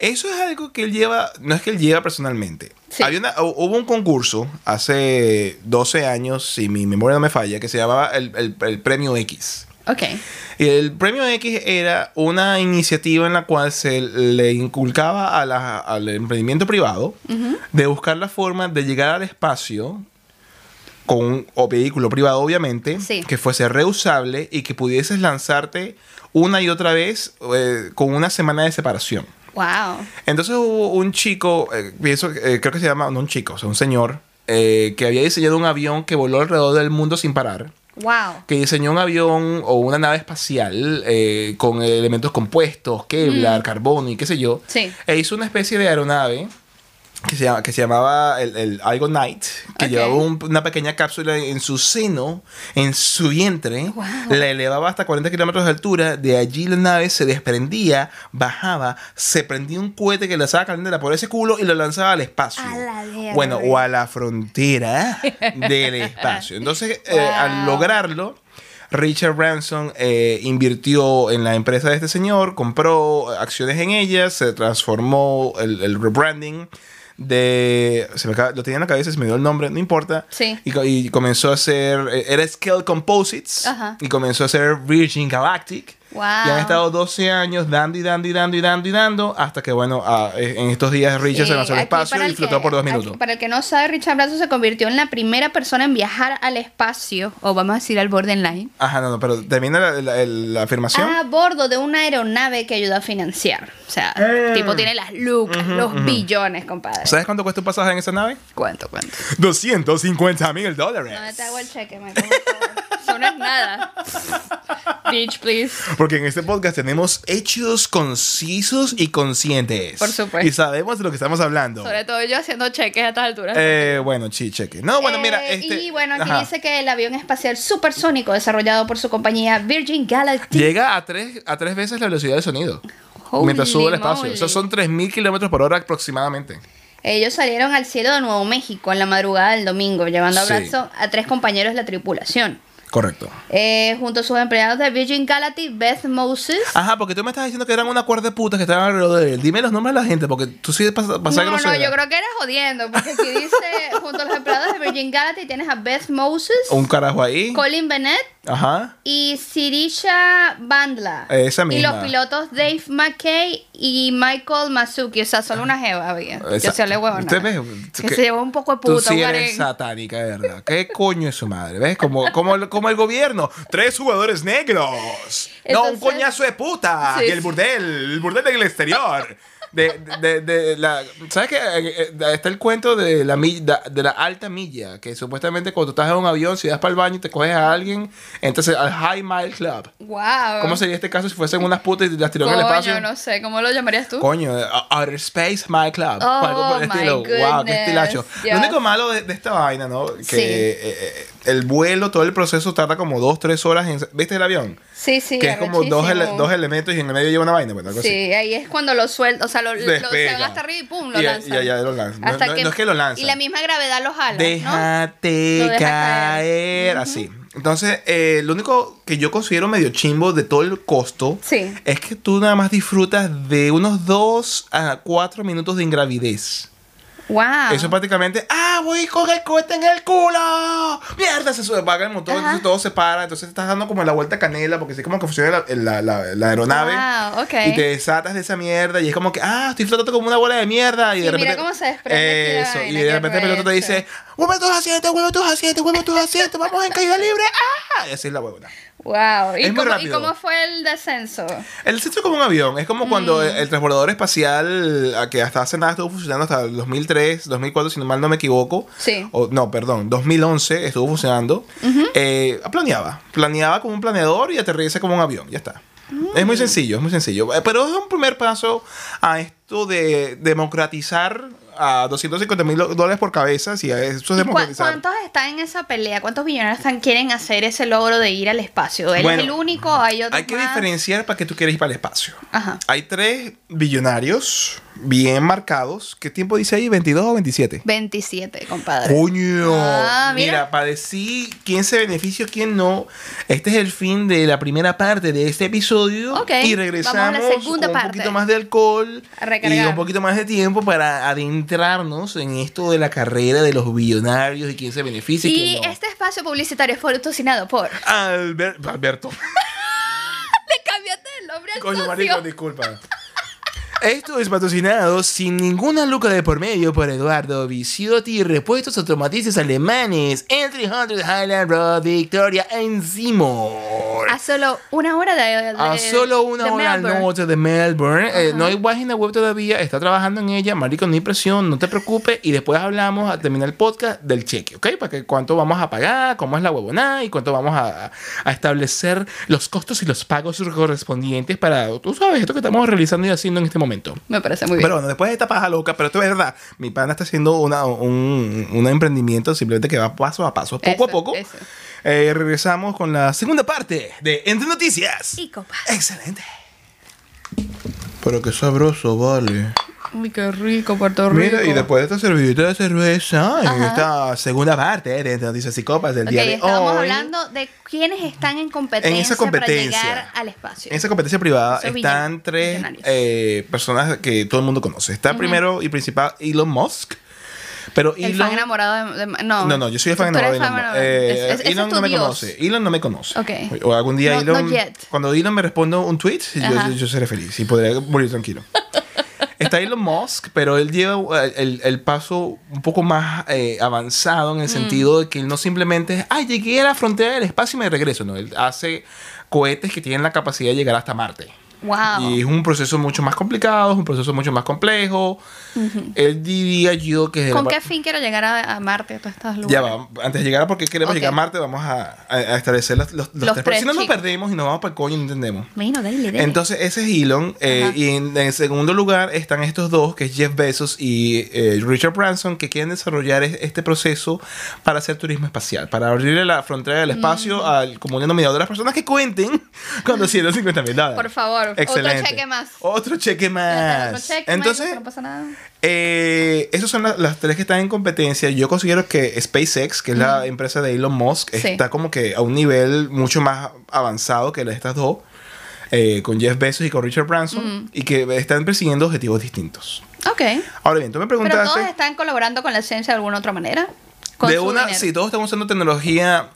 A: Eso es algo que él lleva, no es que él lleva personalmente.
B: Sí.
A: Había una- hu- hubo un concurso hace 12 años, si mi memoria no me falla, que se llamaba el- el- el Premio X.
B: Ok.
A: Y el premio X era una iniciativa en la cual se le inculcaba a la- al emprendimiento privado de buscar la forma de llegar al espacio con un o vehículo privado, obviamente,
B: Sí.
A: que fuese reusable y que pudieses lanzarte una y otra vez eh, con una semana de separación.
B: Wow.
A: Entonces hubo un chico, eh, pienso, eh, creo que se llama, no un chico, o sea, un señor, eh, que había diseñado un avión que voló alrededor del mundo sin parar
B: Wow.
A: que diseñó un avión o una nave espacial eh, con elementos compuestos, Kevlar, carbono y qué sé yo.
B: Mm. Sí.
A: E hizo una especie de aeronave que se, llama- que se llamaba el, el Algo Knight, que
B: Ok.
A: llevaba un- una pequeña cápsula en su seno, en su vientre,
B: Wow.
A: la elevaba hasta 40 kilómetros de altura, de allí la nave se desprendía, bajaba, se prendía un cohete que la estaba caliente por ese culo y lo lanzaba al espacio.
B: A la verga.
A: bueno, o a la frontera del espacio. Entonces, eh, al
B: Wow.
A: lograrlo, Richard Branson eh, invirtió en la empresa de este señor, compró acciones en ella, se transformó el, el rebranding de... se me acaba- lo tenía en la cabeza, se me dio el nombre, no importa.
B: Sí.
A: Y, co- y comenzó a hacer... eh, Era Scale Composites.
B: Ajá.
A: Y comenzó a hacer Virgin Galactic.
B: Wow.
A: Y han estado 12 años dando y dando y dando y dando y dando hasta que, bueno, ah, eh, en estos días Richard se
B: Eh,
A: lanzó al
B: aquí para
A: espacio
B: el
A: y flotó
B: que-
A: por dos
B: aquí-
A: minutos.
B: para el que no sabe, Richard Branson se convirtió en la primera persona en viajar al espacio, o vamos a decir al borderline,
A: Ajá, no, no, pero termina la, la- el- la afirmación.
B: a bordo de una aeronave que ayudó a financiar. O sea, tipo tiene las lucas, los billones, compadre.
A: ¿Sabes cuánto cuesta un pasaje en esa nave?
B: ¿Cuánto, cuánto?
A: 250 mil
B: No
A: dólares.
B: te hago el cheque, me cago en todo. Eso no es nada. Bitch, please.
A: Porque en este podcast tenemos hechos concisos y conscientes.
B: Por supuesto.
A: Y sabemos de lo que estamos hablando.
B: Sobre todo yo haciendo cheques a estas alturas.
A: Eh, bueno, sí, cheque. No, bueno, mira.
B: Eh,
A: Este,
B: y bueno, aquí
A: ajá.
B: dice que el avión espacial supersónico desarrollado por su compañía Virgin Galactic.
A: Llega a tres, a tres veces la velocidad del sonido.
B: Holy
A: mientras sube al espacio.
B: moly.
A: O sea, son 3.000 kilómetros por hora aproximadamente.
B: Ellos salieron al cielo de Nuevo México en la madrugada del domingo, llevando a
A: Sí.
B: Branson a tres compañeros de la tripulación.
A: Correcto.
B: Eh, junto a sus empleados de Virgin Galactic, Beth Moses.
A: Ajá, porque tú me estás diciendo que eran una cuerda de putas que estaban alrededor de él. Dime los nombres de la gente, porque tú sí pasas
B: No,
A: pasas
B: no,
A: grosera.
B: yo creo que era jodiendo, porque si dice junto a los empleados de Virgin Galactic tienes a Beth Moses,
A: Un carajo ahí.
B: Colin Bennett
A: Ajá.
B: y Sirisha Bandla.
A: Esa
B: Y
A: misma.
B: los pilotos Dave McKay y Michael Masuki. O sea, solo una jeva había. Que
A: Exacto.
B: se le huevo
A: Usted ve,
B: Que
A: que-
B: se llevó un poco de
A: Tú
B: puta,
A: sí
B: un
A: eres
B: harén.
A: satánica, de verdad. ¿Qué coño es su madre? ¿Ves? Como, como, el, como el gobierno. Tres jugadores negros. no, un
B: Entonces-
A: coñazo de puta.
B: Sí,
A: y el
B: sí.
A: burdel. El burdel del exterior. De, de, de la, ¿Sabes qué? Eh, eh, Está el cuento de la, mi- da- de la alta milla. Que supuestamente cuando tú estás en un avión, si vas para el baño y te coges a alguien, entonces al High Mile Club.
B: Wow.
A: ¿Cómo sería este caso si fuesen unas putas y las tiró en el espacio?
B: Ah. Coño, no sé. ¿Cómo lo llamarías tú?
A: Coño, uh, Outer Space My Club.
B: Oh,
A: algo por el
B: my
A: estilo. wow, qué
B: goodness,
A: estilacho.
B: yes.
A: Lo único malo de, de esta vaina, ¿no? Que
B: Sí.
A: eh, eh, el vuelo, todo el proceso tarda como dos, tres horas. En, ¿Viste el avión?
B: Sí, sí.
A: que es como dos, ele-
B: arrechísimo.
A: dos elementos y en el medio lleva una vaina. Bueno, algo así.
B: Sí, ahí es cuando lo suelta, o sea, lo, lo- se
A: Despega.
B: van hasta arriba y pum, lo
A: Y-
B: lanzan.
A: y allá lo lanzan. No- no- no es que lo lanzan.
B: Y la misma gravedad lo jala, ¿no?
A: Déjate
B: Lo deja
A: caer.
B: caer.
A: Así. Entonces, eh, lo único que yo considero medio chimbo de todo el costo
B: Sí.
A: es que tú nada más disfrutas de unos dos a cuatro minutos de ingravidez.
B: Wow.
A: Eso es prácticamente, ah, voy con el cohete en el culo. Mierda, se sube, apaga el motor,
B: Ajá.
A: entonces todo se para. Entonces estás dando como la vuelta a canela, porque así es como que funciona la, la- la- la aeronave.
B: Wow, ok.
A: Y te desatas de esa mierda. Y es como que, ah, estoy flotando como una bola de mierda. Y
B: Sí,
A: de
B: mira
A: repente.
B: cómo se desprende aquí la
A: Eso. Y
B: vaina,
A: de
B: qué
A: repente el piloto te
B: arrecho.
A: dice, vuelve tus asientos, vuelve tus asientos, vuelve tus asientos, vamos en caída libre. ¡Ah! Y así es la huevona.
B: Wow. ¿Y,
A: Es muy
B: cómo, ¿Y
A: rápido.
B: cómo fue el descenso?
A: El centro es como un avión, es como cuando
B: Mm.
A: el, el transbordador espacial, a que hasta hace nada estuvo funcionando hasta el 2003, 2004, si no mal no me equivoco.
B: Sí.
A: O, no, perdón, 2011 estuvo funcionando. Eh, planeaba, planeaba como un planeador y aterriza como un avión, ya está. Es
B: Mm.
A: muy sencillo, es muy sencillo. Eh, Pero es un primer paso a esto de democratizar a 250 mil dólares por cabeza, si eso es
B: ¿Y cua-
A: democratizar.
B: ¿Cuántos están en esa pelea? ¿Cuántos billonarios están, quieren hacer ese logro de ir al espacio? ¿Él
A: Bueno,
B: es el único? ¿Hay otros
A: Hay que
B: más?
A: diferenciar para qué tú quieres ir para el espacio.
B: Ajá.
A: Hay tres billonarios bien marcados. ¿Qué tiempo dice ahí? ¿22 o 27?
B: 27, compadre.
A: ¡Coño!
B: Ah,
A: mira,
B: mira.
A: para decir quién se beneficia y quién no, este es el fin de la primera parte de este episodio.
B: Ok,
A: y
B: vamos
A: regresamos
B: a la segunda
A: con un
B: parte.
A: poquito más de alcohol
B: A
A: y
B: recargar.
A: un poquito más de tiempo para adentrarnos en esto de la carrera de los billonarios y quién se beneficia y,
B: y
A: quién no.
B: este espacio publicitario fue patrocinado por... Le
A: Albert- Alberto.
B: cambiaste el nombre al
A: Coño,
B: socio.
A: marico, disculpa. Esto es patrocinado sin ninguna luca de por medio por Eduardo Viciotti, repuestos automatizes alemanes, en 300 Highland Road, Victoria, en Seymour.
B: A solo una hora de... de-
A: A Ah, solo una
B: de
A: hora al
B: Melbourne.
A: norte de Melbourne. Eh, no hay página web todavía, está trabajando en ella. Marico, no hay presión, no te preocupes. Y después hablamos, a terminar el podcast, del cheque, ¿ok? Para que cuánto vamos a pagar, cómo es la huevonada y cuánto vamos a, a establecer los costos y los pagos correspondientes para, tú sabes, esto que estamos realizando y haciendo en este momento.
B: Me parece muy bien.
A: Pero bueno, después de esta paja loca, pero esto es verdad. Mi pana está haciendo una, un, un emprendimiento simplemente que va paso a paso,
B: Eso,
A: poco a poco.
B: eso.
A: Eh, regresamos con la segunda parte de Entre Noticias.
B: Y copas.
A: Excelente. Pero qué sabroso, vale.
B: Uy, qué rico, Puerto Rico.
A: Mira, y después de esta servidita de cerveza, en
B: Ajá.
A: esta segunda parte de Noticias y Copas del
B: Ok,
A: día de
B: estábamos
A: hoy.
B: hablando de quiénes están en competencia,
A: En esa competencia.
B: para llegar al espacio.
A: En esa competencia privada
B: Esos
A: están
B: villan-
A: tres
B: millonarios.
A: eh, personas que todo el mundo conoce. Está primero y principal Elon Musk. Pero
B: el
A: Elon.
B: fan enamorado de, de- No,
A: no, no, yo soy el fan
B: Ah, Tú
A: enamorado
B: eres
A: de Elon. Musk.
B: enamorado.
A: Eh,
B: Es- es- ese
A: Elon
B: es tu
A: no me
B: Dios.
A: conoce. Elon no me conoce.
B: Ok.
A: O algún día
B: No- no
A: Elon.
B: yet.
A: Cuando Elon me responda un tweet, yo-
B: Ajá.
A: yo, yo seré feliz y podré morir tranquilo. Está Elon Musk, pero él lleva eh, el, el paso un poco más eh, avanzado
B: Mm.
A: en el sentido de que él no simplemente es, ah, llegué a la frontera del espacio y me regreso. No, él hace cohetes que tienen la capacidad de llegar hasta Marte.
B: Ah, Wow.
A: Y es un proceso mucho más complicado, es un proceso mucho más complejo. Él diría yo que... desde
B: ¿Con
A: la-
B: qué fin quiero llegar a, a Marte a todos estos lugares?
A: Ya va, antes de llegar, porque queremos
B: Ok.
A: llegar a Marte, vamos a, a- a establecer los, los, los
B: Los
A: tres.
B: tres,
A: Si no nos
B: chicos.
A: perdemos y nos vamos para el coño y no entendemos.
B: Bueno, dale, dale.
A: Entonces, ese es Elon. eh,
B: Ajá.
A: y en, en segundo lugar están estos dos, que es Jeff Bezos y eh, Richard Branson, que quieren desarrollar es- este proceso para hacer turismo espacial, para abrirle la frontera del espacio al común denominador de las personas que cuenten con 250 mil dólares.
B: Por favor, favor.
A: Excelente.
B: Otro cheque más.
A: Otro
B: Ya
A: cheque
B: está,
A: más.
B: otro cheque más,
A: Entonces,
B: no pasa nada.
A: eh, esas son la- las, tres que están en competencia. Yo considero que SpaceX, que es la empresa de Elon Musk,
B: Sí.
A: está como que a un nivel mucho más avanzado que las de estas dos, eh, con Jeff Bezos y con Richard Branson, y que están persiguiendo objetivos distintos.
B: Ok.
A: Ahora bien, tú me
B: Pero
A: preguntaste...
B: todos están colaborando con la ciencia de alguna otra manera. Con
A: de
B: su
A: una,
B: dinero.
A: sí, todos estamos usando tecnología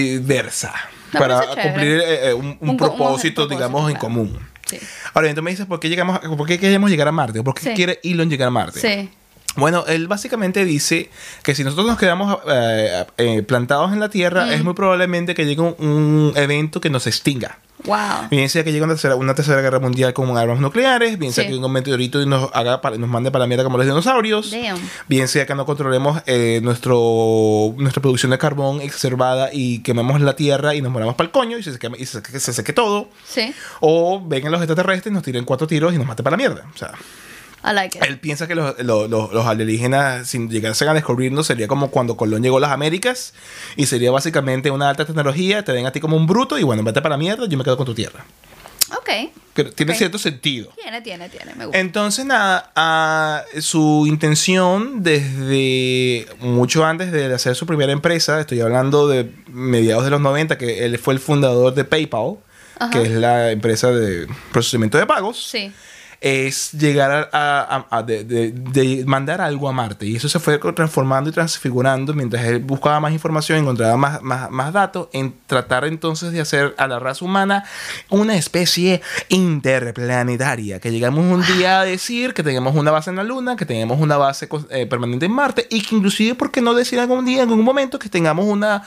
A: diversa
B: Me
A: para
B: parece chévere.
A: cumplir eh, eh, un, un
B: Un co- un
A: propósito,
B: propósito,
A: digamos, en
B: claro.
A: común.
B: Sí.
A: Ahora bien, tú me dices, ¿por qué, llegamos a- ¿por qué queremos llegar a Marte? ¿Por qué
B: Sí.
A: quiere Elon llegar a Marte?
B: Sí.
A: Bueno, él básicamente dice que si nosotros nos quedamos eh, eh, plantados en la Tierra, es muy probablemente que llegue un, un evento que nos extinga.
B: Wow.
A: Bien sea que llegue una tercera, una tercera guerra mundial con armas nucleares, bien sea
B: Sí.
A: que venga un meteorito y nos, haga para- nos mande para la mierda como los dinosaurios,
B: Damn.
A: bien sea que no controlemos eh, nuestro, nuestra producción de carbón exacerbada y quememos la tierra y nos moramos para el coño y se seque, y se seque- se seque todo,
B: Sí.
A: o vengan los extraterrestres y nos tiren cuatro tiros y nos maten para la mierda. O sea,
B: I like it.
A: él piensa que los, los- los- los alienígenas, sin llegarse a descubrirnos, sería como cuando Colón llegó a las Américas y sería básicamente una alta tecnología, te ven a ti como un bruto y bueno, vete para la mierda, yo me quedo con tu tierra.
B: Ok.
A: Pero tiene
B: Ok.
A: cierto sentido.
B: Tiene, tiene, tiene. Me gusta.
A: Entonces, nada, a- su intención desde mucho antes de hacer su primera empresa, estoy hablando de mediados de los 90, que él fue el fundador de PayPal,
B: Ajá.
A: que es la empresa de procesamiento de pagos,
B: Sí.
A: es llegar a, a- a- a- de, de- de mandar algo a Marte. Y eso se fue transformando y transfigurando mientras él buscaba más información, encontraba más, más, más datos, en tratar entonces de hacer a la raza humana una especie interplanetaria. Que llegamos un día a decir que tenemos una base en la Luna, que tenemos una base cos- eh, permanente en Marte y que inclusive, ¿por qué no decir algún día, en algún momento, que tengamos una,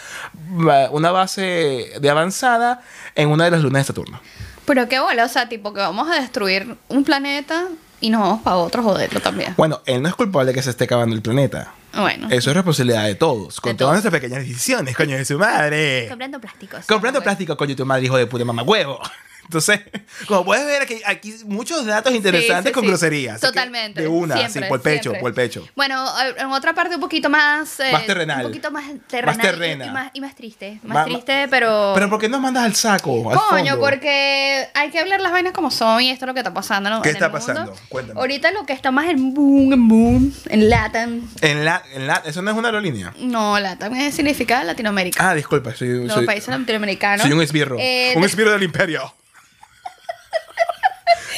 A: eh, una base de avanzada en una de las lunas de Saturno?
B: Pero qué bola, o sea, tipo que vamos a destruir un planeta y nos vamos para otro joderlo también.
A: Bueno, él no es culpable que se esté acabando el planeta.
B: Bueno.
A: Eso es responsabilidad de todos. Con
B: De
A: todas
B: todos.
A: nuestras pequeñas decisiones, coño de su madre.
B: Comprando plásticos.
A: Comprando
B: Ah, Bueno.
A: plástico, coño de tu madre, hijo de puta mamá huevo. Entonces, como puedes ver, aquí, aquí muchos datos interesantes
B: Sí, sí,
A: con
B: sí.
A: groserías. Así que
B: Totalmente.
A: De una,
B: Siempre,
A: sí, por el pecho,
B: siempre.
A: por el pecho.
B: Bueno, eh, en otra parte un poquito más. eh,
A: Más terrenal.
B: Un poquito más terrenal.
A: Más terrena.
B: Y, y más, y más triste. Más
A: Ma-
B: triste, pero.
A: Pero ¿por qué nos mandas al saco? Al
B: Oh. Coño,
A: fondo?
B: porque hay que hablar las vainas como son y esto es lo que está pasando. ¿no?
A: ¿Qué
B: en
A: está
B: el mundo.
A: pasando? Cuéntame.
B: Ahorita lo que está más en boom, en boom, en LATAM.
A: En la, en la, eso no es una aerolínea.
B: No, LATAM es- significa Latinoamérica.
A: Ah, disculpa, soy,
B: los
A: soy,
B: países latinoamericanos.
A: soy un esbirro.
B: Eh,
A: un
B: te-
A: esbirro del imperio.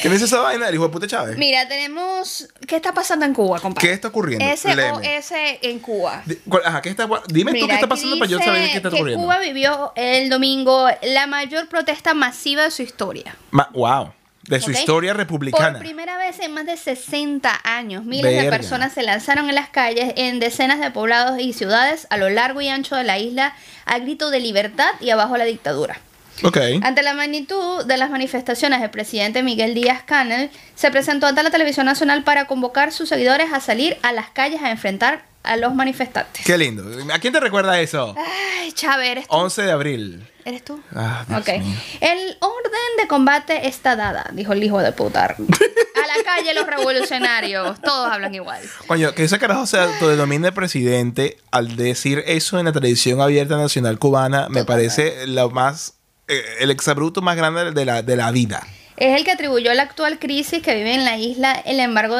A: ¿Qué me dice esa vaina? El hijo de puta Chávez.
B: Mira, tenemos. ¿Qué está pasando en Cuba, compadre?
A: ¿Qué está ocurriendo?
B: oh,
A: Léeme.
B: SOS en Cuba.
A: Di- cuál- Ajá, ¿qué está, dime tú qué
B: Mira, aquí
A: está pasando para yo
B: dice
A: saber qué está
B: que
A: ocurriendo.
B: Cuba vivió el domingo la mayor protesta masiva de su historia.
A: Ma- wow. De su
B: ¿ok?
A: historia republicana.
B: Por primera vez en más de 60 años, miles de
A: Verga.
B: personas se lanzaron en las calles en decenas de poblados y ciudades a lo largo y ancho de la isla a grito de libertad y abajo la dictadura.
A: Ok.
B: Ante la magnitud de las manifestaciones, el presidente Miguel Díaz Canel se presentó ante la televisión nacional para convocar a sus seguidores a salir a las calles a enfrentar a los manifestantes.
A: Qué lindo. ¿A quién te recuerda eso?
B: Ay, Chávez, ¿eres tú?
A: 11 de abril.
B: ¿Eres tú?
A: Ah, Dios
B: Ok.
A: mío.
B: El orden de combate está dada, dijo el hijo de puta. A la calle los revolucionarios, todos hablan igual.
A: Coño, que ese carajo se autodenomine presidente al decir eso en la televisión abierta nacional cubana me parece lo más. eh, el exabruto más grande de la, de la vida.
B: Es el que atribuyó la actual crisis que vive en la isla el embargo,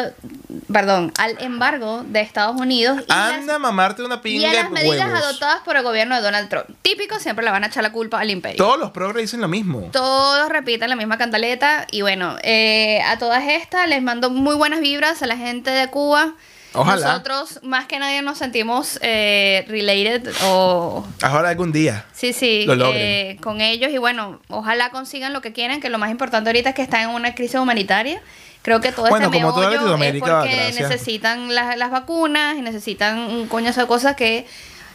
B: perdón, al embargo de Estados Unidos y, las-
A: Anda a mamarte una
B: y
A: pinga
B: a las
A: de
B: medidas
A: huevos.
B: adoptadas por el gobierno de Donald Trump. Típico, siempre le van a echar la culpa al imperio.
A: Todos los progres dicen lo mismo.
B: Todos repiten la misma cantaleta y bueno, eh, a todas estas les mando muy buenas vibras a la gente de Cuba.
A: Ojalá.
B: Nosotros más que nadie nos sentimos eh, related o...
A: Ahora algún día.
B: Sí, sí,
A: Lo logren.
B: eh, con ellos y bueno, ojalá consigan lo que quieran, que lo más importante ahorita es que están en una crisis humanitaria. Creo que todo
A: Bueno,
B: este
A: como toda
B: meollo es
A: Latinoamérica,
B: porque
A: gracias.
B: necesitan las, las vacunas y necesitan un coñazo de cosas que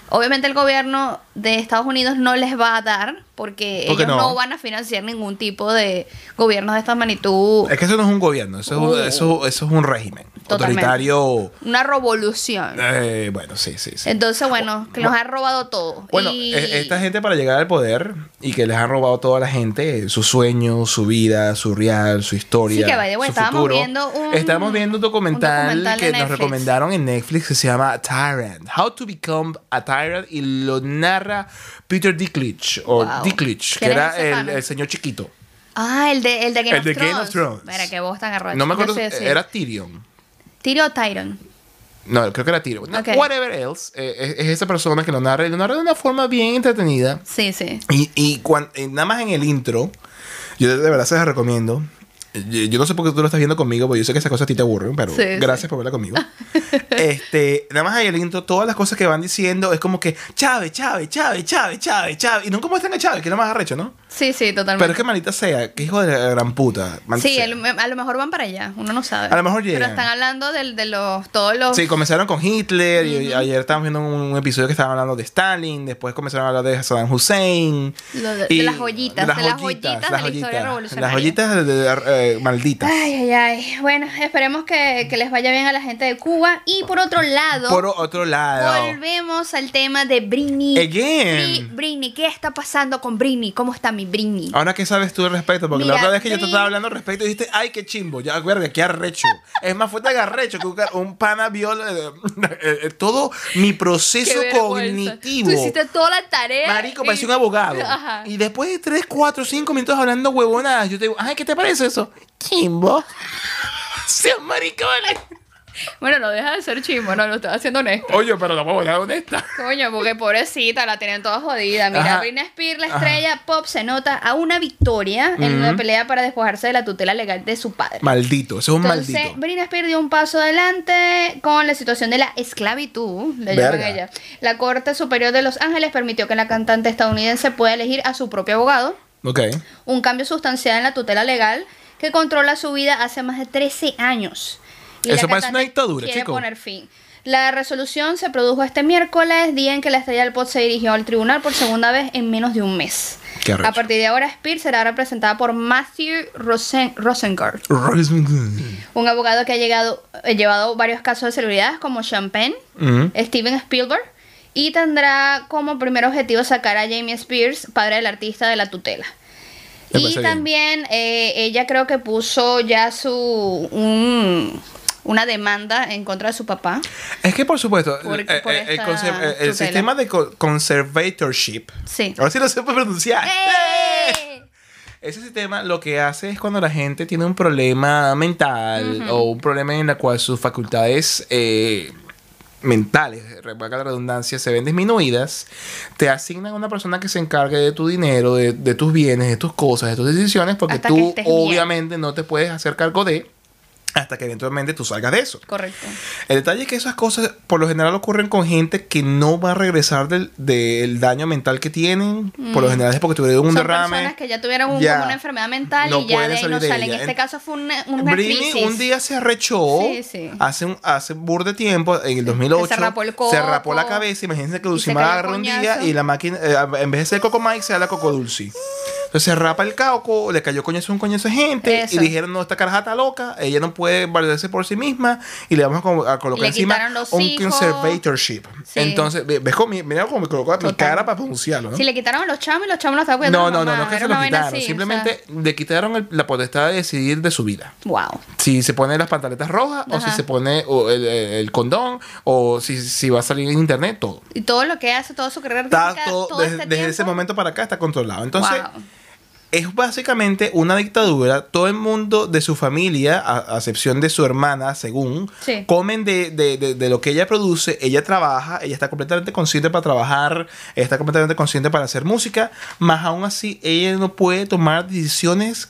B: obviamente el gobierno de Estados Unidos no les va a dar porque,
A: Porque
B: ellos
A: no.
B: no. van a financiar ningún tipo de gobiernos de esta magnitud.
A: Es que eso no es un gobierno, eso, es un-
B: Uh.
A: eso, eso es un régimen
B: Totalmente.
A: autoritario.
B: Una revolución.
A: eh, bueno, sí, sí, sí.
B: Entonces, bueno, que nos ha robado todo.
A: Bueno,
B: Y-
A: e- esta gente para llegar al poder y que les han robado toda la gente, sus sueños, su vida, su real, su historia.
B: Sí, que by the way,
A: su
B: estábamos
A: futuro.
B: viendo un-
A: Estábamos viendo un documental,
B: un documental de
A: que nos
B: Netflix.
A: recomendaron en Netflix que se llama Tyrant. How to Become a Tyrant y lo narra Peter Dinklage o
B: Wow.
A: Dinklage, que
B: ¿Quién es
A: era
B: ese
A: el,
B: pana?
A: el señor chiquito.
B: Ah, el de, el de Game,
A: El
B: of,
A: de Game
B: Thrones.
A: of Thrones.
B: Mira, que voz tan arrocha.
A: No me acuerdo,
B: Yo sé, sí.
A: era Tyrion.
B: Tyrion o Tyron.
A: No, creo que era Tyrion. No,
B: Ok.
A: Whatever else, eh, es, es esa persona que lo narra y lo narra de una forma bien entretenida.
B: Sí, sí.
A: Y, y cuan- eh, nada más en el intro, yo de de verdad se las recomiendo. Yo, yo no sé por qué tú lo estás viendo conmigo, porque yo sé que esas cosas a ti te aburren, pero
B: Sí,
A: gracias
B: sí.
A: por verla conmigo. este, nada más en el intro, todas las cosas que van diciendo es como que Chávez, Chávez, Chávez, Chávez, Chávez, Chávez. Y nunca muestran a Chávez, que es lo más arrecho, ¿no?
B: Sí, sí, totalmente.
A: Pero es que maldita sea, que hijo de la gran puta. maldita
B: Sí,
A: sea.
B: el- a lo mejor van para allá, uno no sabe.
A: A lo mejor llegan.
B: Pero están hablando del- de, los, todos los...
A: Sí, comenzaron con Hitler y ayer estábamos viendo un, un episodio que estaban hablando de Stalin, después comenzaron a hablar de Saddam Hussein.
B: Lo de-
A: y-
B: de las joyitas, de las joyitas de la historia revolucionaria.
A: Las joyitas de, de- de- eh, malditas.
B: Ay, ay, ay. Bueno, esperemos que, que les vaya bien a la gente de Cuba. Y por otro lado,
A: Por otro lado,
B: volvemos al tema de Britney. Bri-
A: again.
B: Britney, ¿qué está pasando con Britney? ¿Cómo está mi Britney?
A: Ahora, ¿qué sabes tú al respecto? Porque la
B: Mira,
A: otra vez que yo te
B: Britney-
A: estaba hablando al respecto, dijiste, ay, qué chimbo, ya, verga, qué arrecho. es más, fue tan arrecho que un ca- un pana vio eh, eh, eh, todo mi
B: Qué
A: proceso
B: vergüenza.
A: cognitivo.
B: Tú hiciste toda la tarea.
A: Marico,
B: Eh, y-
A: parecía un abogado.
B: Ajá.
A: Y después de 3, 4, 5 minutos hablando huevonadas, yo te digo, ay, ¿qué te parece eso? Chimbo. Sean maricones.
B: Bueno, no deja de ser chismo, no, lo estaba haciendo honesto.
A: Oye, pero la huevonada honesta.
B: Coño, porque pobrecita, la tenían toda jodida. Mira,
A: Ajá.
B: Britney Spears, la
A: Ajá.
B: estrella pop, se nota a una victoria en una pelea para despojarse de la tutela legal de su padre.
A: Maldito, eso es un
B: Entonces,
A: maldito.
B: Britney Spears dio un paso adelante con la situación de la esclavitud, le llaman
A: Verga.
B: ella. La Corte Superior de Los Ángeles permitió que la cantante estadounidense pueda elegir a su propio abogado,
A: Ok.
B: un cambio sustancial en la tutela legal que controla su vida hace más de 13 años. la
A: Eso parece una
B: cantante
A: dictadura,
B: quiere
A: chico.
B: poner fin. La resolución se produjo este miércoles, día en que la estrella del pop se dirigió al tribunal por segunda vez en menos de un mes.
A: Qué arrecho.
B: a partir de ahora, Spears será representada por Matthew Rosen Rosengard un abogado que ha llegado, eh, llevado varios casos de celebridades como Champagne,
A: Mm.
B: Steven Spielberg, y tendrá como primer objetivo sacar a Jamie Spears, padre del artista, de la tutela.
A: Me
B: Y
A: parece bien.
B: también eh, ella creo que puso ya su un- una demanda en contra de su papá.
A: Es que por supuesto,
B: Por-
A: eh, eh,
B: por
A: el,
B: esta
A: conser- eh, el
B: tutela.
A: sistema de co- conservatorship.
B: Sí.
A: Ahora sí lo sé pronunciar.
B: ¡Eh!
A: Ese sistema lo que hace es cuando la gente tiene un problema mental o un problema en el cual sus facultades eh, mentales, valga la redundancia, se ven disminuidas, te asignan a una persona que se encargue de tu dinero, de, de tus bienes, de tus cosas, de tus decisiones, porque
B: Hasta que
A: tú
B: estés bien.
A: obviamente no te puedes hacer cargo de hasta que eventualmente tú salgas de eso.
B: Correcto.
A: El detalle es que esas cosas por lo general ocurren con gente que no va a regresar del, del daño mental que tienen. Por lo general es porque tuvieron un
B: Mm. Son
A: derrame.
B: personas que ya tuvieron un-
A: Ya.
B: como una enfermedad mental
A: No
B: y ya
A: pueden
B: de ahí
A: salir
B: no
A: de
B: salen. En
A: ella.
B: este
A: En-
B: caso fue una, una
A: Britney
B: crisis.
A: un día se arrechó
B: Sí, sí.
A: hace un hace burda de tiempo en el 2008
B: se rapó el
A: se rapó la
B: coco.
A: cabeza imagínense que
B: Y se
A: Dulcimar
B: cayó
A: agarra un día
B: coñazo.
A: y la máquina eh, en vez de ser Coco Mike se da la Coco Dulce entonces se rapa el coco le cayó coñazo a un coñazo de gente y
B: Eso.
A: dijeron no esta caraja está loca ella no puede valerse por sí misma y le vamos a, co- a colocar
B: Le
A: encima
B: quitaron los
A: un
B: hijos.
A: conservatorship
B: Sí.
A: entonces ve- ves cómo mi- mira cómo me colocó mi
B: Total.
A: cara para pronunciarlo ¿no?
B: Si le quitaron a los chamos y los chamos los estaban cuidando.
A: no,
B: la
A: no, no,
B: mamá,
A: no es que
B: era
A: se
B: una
A: lo
B: vaina
A: quitaron.
B: así, o sea,
A: Simplemente le quitaron el- la potestad de decidir de su vida.
B: Wow.
A: si se pone las pantaletas rojas o
B: Ajá.
A: si se pone o el, el- el condón o si, si va a salir en internet, todo.
B: Y todo lo que hace, toda su carrera
A: Está
B: artística,
A: todo,
B: todo
A: desde,
B: este
A: desde
B: tiempo,
A: ese momento para acá está controlado. Entonces,
B: wow.
A: es básicamente una dictadura. Todo el mundo de su familia, a, a excepción de su hermana, según,
B: Sí.
A: comen de, de- de- de lo que ella produce. Ella trabaja, ella está completamente consciente para trabajar, ella está completamente consciente para hacer música, más aún así, ella no puede tomar decisiones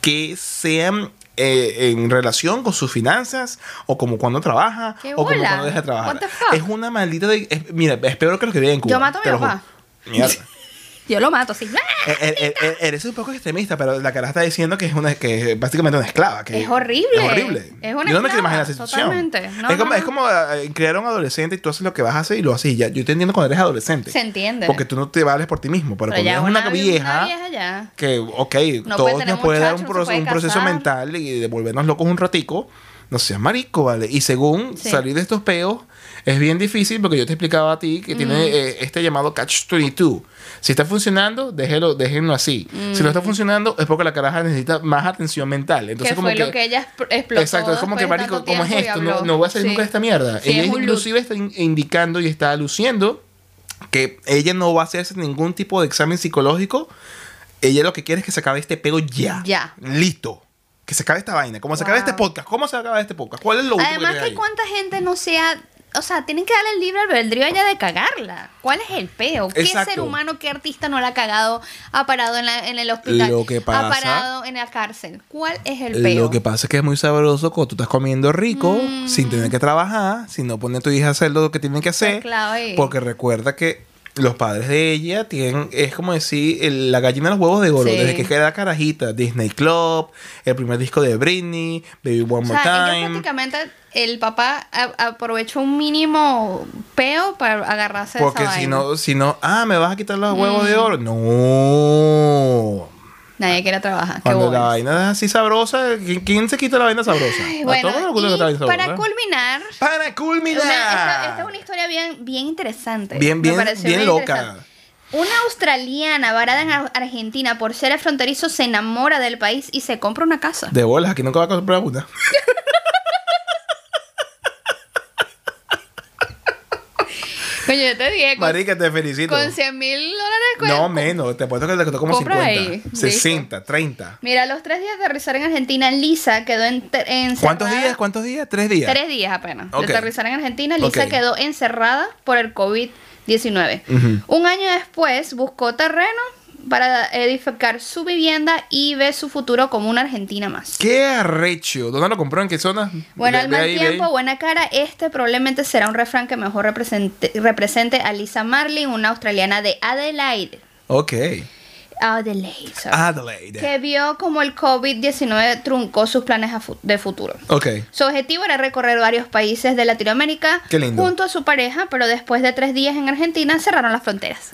A: que sean. eh, en relación con sus finanzas o como cuando trabaja
B: ¡Qué
A: o como
B: bola!
A: cuando deja de trabajar
B: What the fuck?
A: es una maldita de- es- mira es peor que lo que veía en Cuba
B: mato a mi
A: te lo juro.
B: papá.
A: Mierda.
B: Yo lo mato, sí. ¡Ah!
A: Eh, eh, eh, eh, eres un poco extremista, pero la cara está diciendo que es una que es básicamente una esclava. Que
B: Es horrible.
A: Es horrible.
B: Es una
A: Yo no me quiero
B: esclava,
A: imaginar esa situación.
B: totalmente. No,
A: es como,
B: no, no.
A: es como, eh, crear a un adolescente y tú haces lo que vas a hacer y lo haces y ya. Yo te entiendo cuando eres adolescente.
B: Se entiende.
A: Porque tú no te vales por ti mismo. Pero,
B: Pero
A: cuando
B: ya
A: eres una, vieja.
B: Una vieja ya.
A: Que, ok,
B: No puede
A: todos
B: tener
A: nos puede dar
B: muchachos, no
A: un,
B: se
A: proceso,
B: puede
A: un proceso
B: casar.
A: mental y de volvernos locos un ratico. No seas marico, ¿vale? Y según
B: Sí.
A: salir de estos peos es bien difícil porque yo te explicaba a ti que tiene eh, este llamado Catch 22. Si está funcionando, déjelo, déjenlo así.
B: Mm.
A: Si no está funcionando, es porque la caraja necesita más atención mental. Entonces,
B: que
A: como
B: fue
A: que,
B: lo que ella expl- explotó.
A: Exacto, es como que,
B: después de
A: marico,
B: tanto
A: ¿cómo es
B: tiempo y
A: esto? No,
B: habló.
A: no voy a salir
B: Sí.
A: nunca este de esta mierda.
B: Sí,
A: ella
B: es un loop.
A: inclusive está in- indicando y está aluciendo que ella no va a hacerse ningún tipo de examen psicológico Ella lo que quiere es que se acabe este pego ya.
B: Ya.
A: Listo. Que se acabe esta vaina. ¿Cómo se acabe
B: Wow.
A: este podcast? ¿Cómo se acaba este podcast? ¿Cuál es lo último
B: Además
A: que,
B: que
A: hay?
B: cuánta gente no sea... O sea, tienen que darle el libre albedrío a ella de cagarla. ¿Cuál es el peo? ¿Qué
A: Exacto.
B: ser humano, qué artista no la ha cagado? Ha parado en, la- en el hospital.
A: Lo que pasa-
B: Ha parado en la cárcel. ¿Cuál es el peo? Mm.
A: Lo que pasa es que es muy sabroso cuando tú estás comiendo rico, sin tener que trabajar, sin no poner a tu hija a hacer lo que tienen que hacer.
B: Claro, ahí.
A: Porque recuerda que los padres de ella tienen, es como decir, el- la gallina de los huevos de oro,
B: Sí.
A: desde que era carajita, Disney Club, el primer disco de Britney, Baby One
B: O
A: More
B: sea, ellos
A: Time.
B: prácticamente el papá a- aprovechó un mínimo peo para agarrarse de
A: Porque
B: esa
A: si
B: vaina. Mm.
A: no, si no, ah, me vas a quitar los huevos de oro. No.
B: Nadie quiere trabajar. Qué
A: Cuando la
B: bolas.
A: vaina es así sabrosa, ¿quién, quién se quita la vaina sabrosa?
B: Ay, Pues
A: A
B: bueno,
A: todos nos gusta
B: y
A: la vaina sabrosa.
B: para culminar,
A: ¿eh? Para culminar.
B: Una- esta, esta es una historia bien, bien interesante.
A: Bien,
B: Me
A: bien-
B: pareció
A: bien loca.
B: interesante. Una australiana varada en Ar- Argentina por ser fronterizo se enamora del país y se compra una casa.
A: De bolas, aquí nunca va a comprar una.
B: Coño, yo te dije, con,
A: Marica, te felicito.
B: con 100 mil dólares pues. cu-
A: No, menos. Te apuesto que te costó como
B: Compra
A: 50.
B: ahí,
A: 60, 30.
B: Mira, a los tres días de aterrizar en Argentina, Lisa quedó en,
A: ¿Cuántos días? ¿Cuántos días? Tres días.
B: Tres días apenas.
A: Ok.
B: De aterrizar en Argentina, Lisa
A: Ok.
B: quedó encerrada por el COVID-19.
A: Ujú.
B: Un año después buscó terreno para edificar su vivienda y ve su futuro como una Argentina más.
A: ¿Qué arrecho? ¿Dónde lo compró? ¿En qué zona?
B: Bueno,
A: Ve-
B: al
A: ve
B: mal
A: ahí, ve ahí.
B: tiempo, buena cara, este probablemente será un refrán que mejor represente, represente a Lisa Marlin, una australiana de Adelaide.
A: Ok.
B: Adelaide, sorry.
A: Ah, Adelaide.
B: Que vio como el COVID-19 truncó sus planes a fu- de futuro.
A: Ok.
B: Su objetivo era recorrer varios países de Latinoamérica
A: Qué lindo.
B: junto a su pareja, pero después de tres días en Argentina cerraron las fronteras.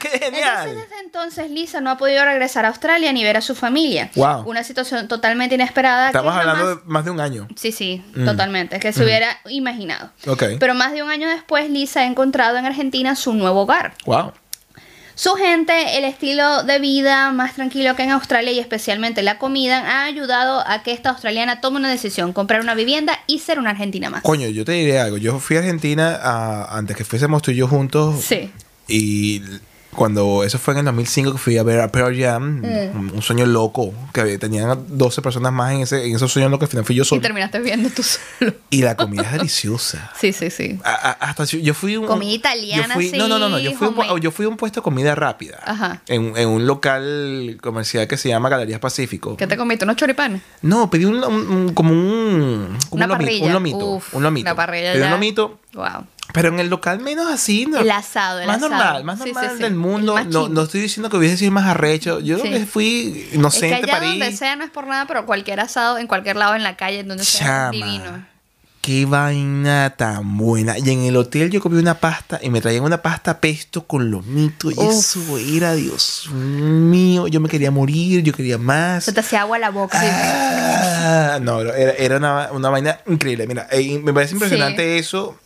A: ¡Qué
B: Entonces, desde entonces Lisa no ha podido regresar a Australia ni ver a su familia.
A: Wow.
B: Una situación totalmente inesperada. que
A: Estamos
B: jamás-
A: hablando de más de un año.
B: Sí, sí,
A: Mm.
B: totalmente. Que se hubiera imaginado.
A: Ok.
B: Pero más de un año después, Lisa ha encontrado en Argentina su nuevo hogar.
A: Wow.
B: Su gente, el estilo de vida más tranquilo que en Australia y especialmente la comida ha ayudado a que esta australiana tome una decisión, comprar una vivienda y ser una argentina más.
A: Coño, yo te diré algo. Yo fui a Argentina ah, antes que fuésemos tú y yo juntos.
B: Sí.
A: Y l- cuando eso fue en el 2005 que fui a ver a Pearl Jam,
B: Mm.
A: un, un sueño loco, que había- tenían 12 personas más en ese, en esos sueños locos, al final fui yo
B: Y
A: solo.
B: terminaste viendo tú solo.
A: Y, la comida es deliciosa.
B: Sí, sí, sí.
A: A- a- hasta si- yo fui un,
B: Comida
A: yo
B: italiana,
A: fui- No, no, no, no,
B: sí,
A: yo fui, un, po-
B: homemade.
A: yo fui a un puesto de comida rápida.
B: Ajá.
A: En, en un local comercial que se llama Galerías Pacífico.
B: ¿Qué te comiste? ¿Unos choripanes?
A: No, pedí un, un- un- como un, como
B: Una
A: un lomito,
B: parrilla.
A: un lomito,
B: Uf,
A: un lomito.
B: una parrilla
A: Pedí un
B: ya.
A: lomito,
B: Wow.
A: pero en el local menos así, ¿no?
B: El asado, el
A: más
B: asado.
A: normal, más
B: Sí, sí,
A: normal
B: sí.
A: del mundo.
B: El más
A: No,
B: chill.
A: no estoy diciendo que hubiese sido más arrecho. Yo
B: Sí.
A: creo que fui
B: Es que
A: inocente
B: allá
A: para
B: donde
A: ir.
B: sea no es por nada, pero cualquier asado en cualquier lado en la calle, donde sea, es divino.
A: Chama. Qué vaina tan buena. Y en el hotel yo comí una pasta y me traían una pasta pesto con lomito. Y
B: Uf.
A: eso era, Dios mío. Yo me quería morir, yo quería más.
B: Se te hace agua la boca. sí.
A: Ah, no, bro, era, era una, una vaina increíble. Mira, eh, me parece impresionante eso.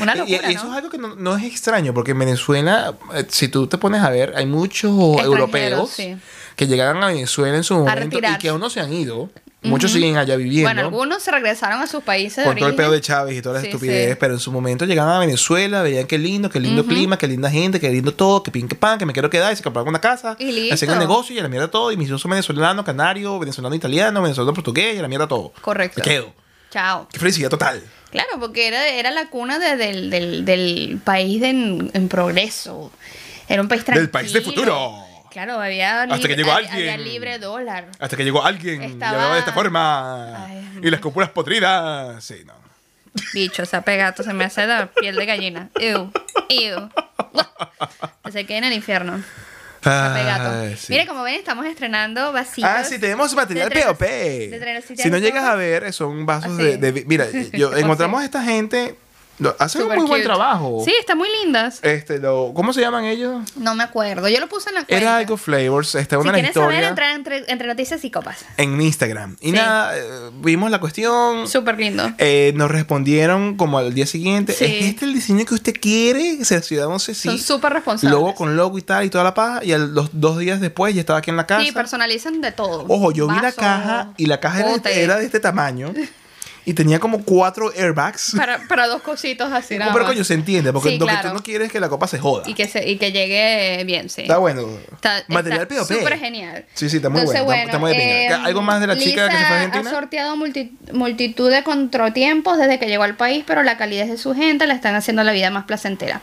B: Una
A: Y-
B: locura,
A: y eso
B: ¿no?
A: es algo que no, no es extraño, porque en Venezuela, eh, si tú te pones a ver, hay muchos europeos
B: sí.
A: que llegaron a Venezuela en su momento y
B: retirarse.
A: que aún no se han ido. Muchos siguen allá viviendo.
B: Bueno, algunos se regresaron a sus países
A: con
B: de
A: todo el
B: origen.
A: pedo de Chávez y toda la
B: Sí,
A: estupidez,
B: sí.
A: pero en su momento llegaban a Venezuela, veían qué lindo, qué lindo clima, qué linda gente, qué lindo todo, qué pin, qué pan, que me quiero quedar, y se compraron una casa,
B: Y listo.
A: hacían el negocio y a la mierda todo, y mis hijos son venezolanos, canarios, venezolano italiano, venezolano portugués, y a la mierda todo.
B: Correcto.
A: Me quedo.
B: Chao.
A: Qué felicidad total.
B: Claro, porque era, era la cuna de- del, del- del país de en, en progreso. Era un país tranquilo.
A: Del país de futuro.
B: Claro, había,
A: Hasta que
B: libre-
A: llegó
B: había-
A: alguien.
B: había libre dólar.
A: Hasta que llegó alguien
B: Estaba-
A: y hablaba de esta forma.
B: Ay,
A: y las cúpulas podridas. Sí, no.
B: Bicho, se ha pegado, se me hace la piel de gallina. Ew, ew. Que se quede en el infierno. Se ha pegado.
A: Ay, sí.
B: Mira, como ven, estamos estrenando vasitos.
A: Ah, sí, tenemos material
B: de trenes-
A: POP.
B: de trenecitas
A: Si no
B: de
A: llegas
B: soda.
A: a ver, son vasos
B: Así.
A: de, de- Mira, yo
B: Así.
A: encontramos a esta gente. lo- Hacen un
B: Super
A: muy buen
B: cute.
A: trabajo.
B: Sí, están muy lindas.
A: Este, lo, ¿Cómo se llaman ellos?
B: No me acuerdo. Yo lo puse en la cuenta.
A: Era algo Flavors, esta
B: Si
A: una
B: quieren saber,
A: historia
B: entrar entre, entre noticias y copas.
A: en Instagram. Y
B: Sí.
A: nada, eh, vimos la cuestión.
B: Súper lindo.
A: eh, nos respondieron como al día siguiente.
B: Sí.
A: ¿Es este el diseño que usted quiere? Se ciudad no sé
B: Son
A: si.
B: súper responsables.
A: Logo con logo y tal y toda la paja. Y a los dos días después ya estaba aquí en la casa.
B: Sí, personalizan de todo.
A: Ojo, yo vi la
B: Vaso,
A: caja y la caja era de,
B: bote.
A: era de este tamaño. y tenía como cuatro airbags.
B: Para, para dos cositos así nada
A: Pero
B: más.
A: coño, se entiende, porque
B: Sí,
A: lo que
B: claro.
A: tú no quieres es que la copa se joda.
B: y que, se, y que llegue bien, sí.
A: Está bueno.
B: Está-
A: Material
B: está
A: POP.
B: Súper genial.
A: Sí, sí, está muy bueno. Está- está muy de pinga.
B: em,
A: ¿Algo más de la chica que se fue a
B: Lisa
A: Argentina?
B: Ha sorteado multi- multitud de contratiempos desde que llegó al país, pero la calidez de su gente la están haciendo la vida más placentera.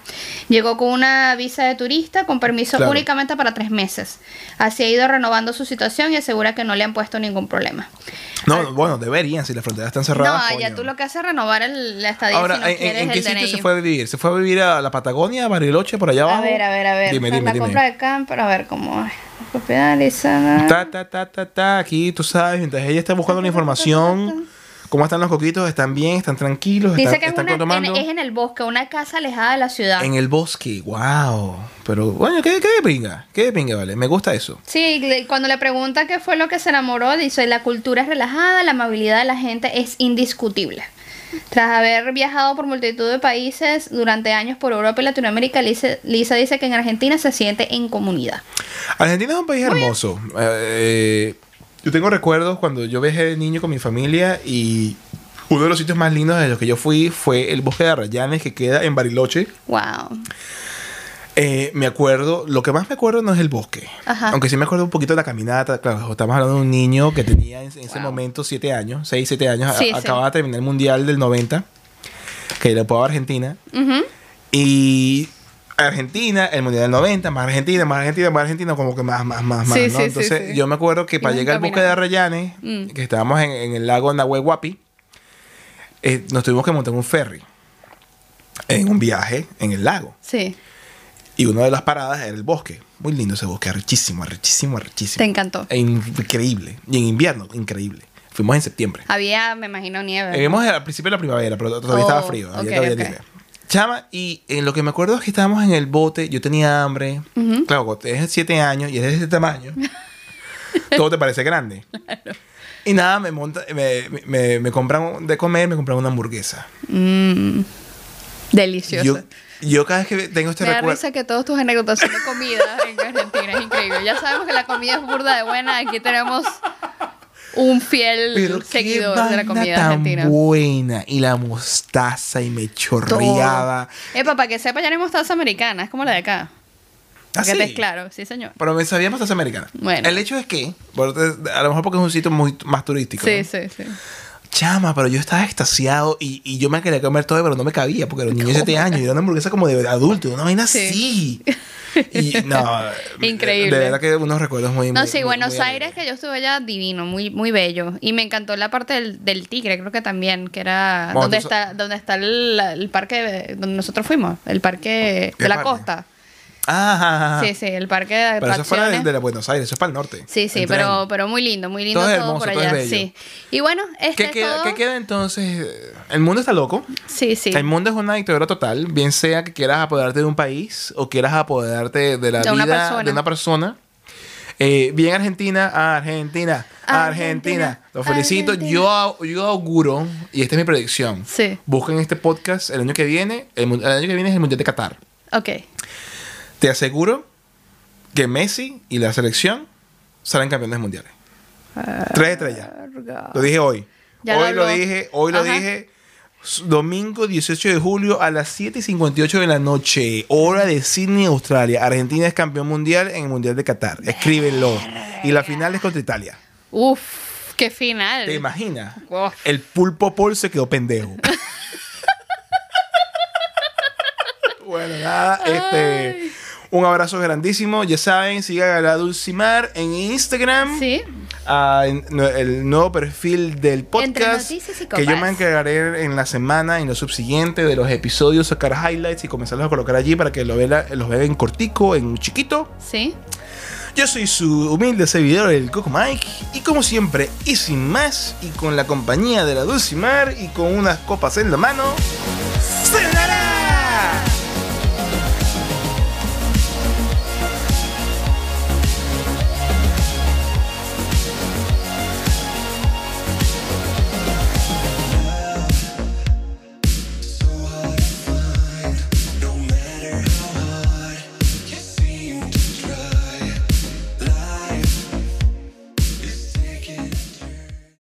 B: Llegó con una visa de turista con permiso
A: Claro.
B: únicamente para tres meses. Así ha ido renovando su situación y asegura que no le han puesto ningún problema.
A: No, bueno, deberían, si las fronteras están cerradas.
B: no,
A: coño.
B: allá tú lo que haces es renovar el, la estadía
A: Ahora,
B: si no
A: ¿en- ¿en,
B: quieres
A: en
B: el
A: qué sitio
B: DNI.
A: se fue a vivir? ¿Se fue a vivir a la Patagonia, a Bariloche, por allá abajo?
B: A ver, a ver, a ver.
A: Dime,
B: Esa es
A: dime,
B: la compra
A: dime.
B: de camper, a ver cómo es. Propiedad, Lisa.
A: Ta, ta, ta, ta, ta, aquí tú sabes, mientras ella está buscando la información, cómo están los coquitos, están bien, están tranquilos,
B: Dice
A: están,
B: que es,
A: están
B: una- en,
A: tomando.
B: es en el bosque, una casa alejada de la ciudad.
A: En el bosque, wow. Pero bueno, qué, qué de pinga, qué de pinga, vale. Me gusta eso.
B: Sí, le- cuando le pregunta qué fue lo que se enamoró, dice, la cultura es relajada, la amabilidad de la gente es indiscutible. Tras haber viajado por multitud de países durante años por Europa y Latinoamérica, Lisa, Lisa dice que en Argentina se siente en comunidad.
A: Argentina es un país hermoso. Eh, yo tengo recuerdos cuando yo viajé de niño con mi familia y uno de los sitios más lindos de los que yo fui fue el bosque de Arrayanes que queda en Bariloche.
B: Wow.
A: Eh, me acuerdo, lo que más me acuerdo no es el bosque.
B: Ajá.
A: Aunque sí me acuerdo un poquito de la caminata. Claro, estamos hablando de un niño que tenía en, en ese
B: Wow.
A: momento 7 años, 6, 7 años.
B: Sí, sí.
A: a- Acababa de terminar el Mundial del 90, que le puedo a Argentina.
B: Ujú.
A: Y Argentina, el Mundial del 90, más Argentina, más Argentina, más Argentina, como que más, más, más, más.
B: Sí,
A: ¿no?
B: sí, sí,
A: Entonces,
B: sí.
A: yo me acuerdo que para
B: Iban
A: llegar al bosque de
B: caminando.
A: Arrayanes,
B: Mm.
A: que estábamos en, en el lago Nahuehuapi, eh, nos tuvimos que montar en un ferry en un viaje en el lago.
B: Sí,
A: Y una de las paradas era el bosque. Muy lindo ese bosque, arrechísimo, arrechísimo,
B: te
A: arrechísimo.
B: encantó.
A: E increíble. Y en invierno, increíble. Fuimos en septiembre.
B: Había, me imagino, nieve.
A: Vimos Eh, al principio de la primavera, pero todavía
B: Oh,
A: estaba frío. había
B: ok,
A: todavía
B: ok.
A: nieve. Chama, y en lo que me acuerdo es que estábamos en el bote, yo tenía hambre.
B: Ujú.
A: Claro, cuando tienes 7 años y eres de ese tamaño, todo te parece grande. Y nada, me, monta, me, me- me, me compran de comer, me compran una hamburguesa.
B: Mm, delicioso.
A: Yo, yo cada vez que tengo este
B: Me da
A: recuerdo...
B: risa que todos tus anécdotas son de comida en Argentina, es increíble. Ya sabemos que la comida es burda de buena, aquí tenemos un fiel
A: Pero
B: seguidor de la
A: vaina
B: comida
A: tan
B: argentina.
A: buena. Y la mostaza y me
B: Todo.
A: chorreaba.
B: Eh, para que sepa, ya no hay mostaza americana, es como la de acá.
A: ¿Ah,
B: Para que
A: sí?
B: estés claro, sí señor.
A: Pero me sabía mostaza americana.
B: Bueno.
A: El hecho es que, bueno, te- a lo mejor porque es un sitio muy más turístico.
B: Sí,
A: ¿no?
B: sí, sí.
A: Chama, pero yo estaba extasiado y, y yo me quería comer todo, pero no me cabía porque era un niño de 7 años y era una hamburguesa como de adulto, una vaina
B: Sí.
A: así. Y no,
B: Increíble.
A: De, verdad que unos recuerdos muy
B: No,
A: muy-
B: sí,
A: muy-
B: Buenos
A: muy
B: Aires, que yo estuve allá, divino, muy, muy bello. Y me encantó la parte del, del tigre, creo que también, que era
A: Bueno,
B: donde
A: tú
B: está, donde está el, el parque de- donde nosotros fuimos, el parque
A: ¿Qué
B: de la
A: parque?
B: costa.
A: Ah,
B: Sí, sí, el parque de
A: Pero eso
B: atracciones.
A: es fuera de, de la Buenos Aires, eso es para el norte.
B: Sí, sí,
A: en tren.
B: pero, pero muy lindo, muy lindo
A: Todo
B: todo,
A: es hermoso,
B: por
A: todo es
B: allá.
A: bello.
B: sí. Y bueno, este
A: ¿Qué queda,
B: todo-
A: ¿Qué queda entonces? El mundo está loco.
B: Sí, sí.
A: El mundo es una dictadura total, bien sea que quieras apoderarte de un país o quieras apoderarte de la
B: De una
A: vida
B: persona.
A: de una persona. Eh, bien Argentina, Argentina, Argentina.
B: Argentina,
A: Los felicito.
B: Argentina.
A: Yo, yo auguro, y esta es mi predicción.
B: Sí.
A: Busquen este podcast el año que viene. El, mun- el año que viene es el Mundial de Qatar.
B: Ok.
A: Te aseguro que Messi y la selección salen campeones mundiales. Tres estrellas. Lo dije hoy.
B: Ya lo
A: hoy lo,
B: habló.
A: dije, hoy lo
B: Ajá.
A: dije. s- Domingo 18 de julio a las 7 y 58 de la noche, hora de Sydney, Australia. Argentina es campeón mundial en el Mundial de Qatar. Escríbenlo. Y la final es contra Italia.
B: Uf, qué final.
A: ¿Te imaginas?
B: Wow.
A: El pulpo Paul se quedó pendejo. bueno, nada, este. Un abrazo grandísimo. Ya saben, sigan a la Dulcimar en Instagram
B: Sí.
A: a no- el nuevo perfil del
B: Entre
A: podcast
B: noticias y
A: que yo me
B: copas.
A: encargaré en la semana en lo subsiguiente de los episodios sacar highlights y comenzarlos a colocar allí para que lo vea- los vean en cortico en chiquito
B: Sí.
A: yo soy su humilde servidor el Coco Mike y como siempre y sin más y con la compañía de la Dulcimar y con unas copas en la mano ¡Sayonara!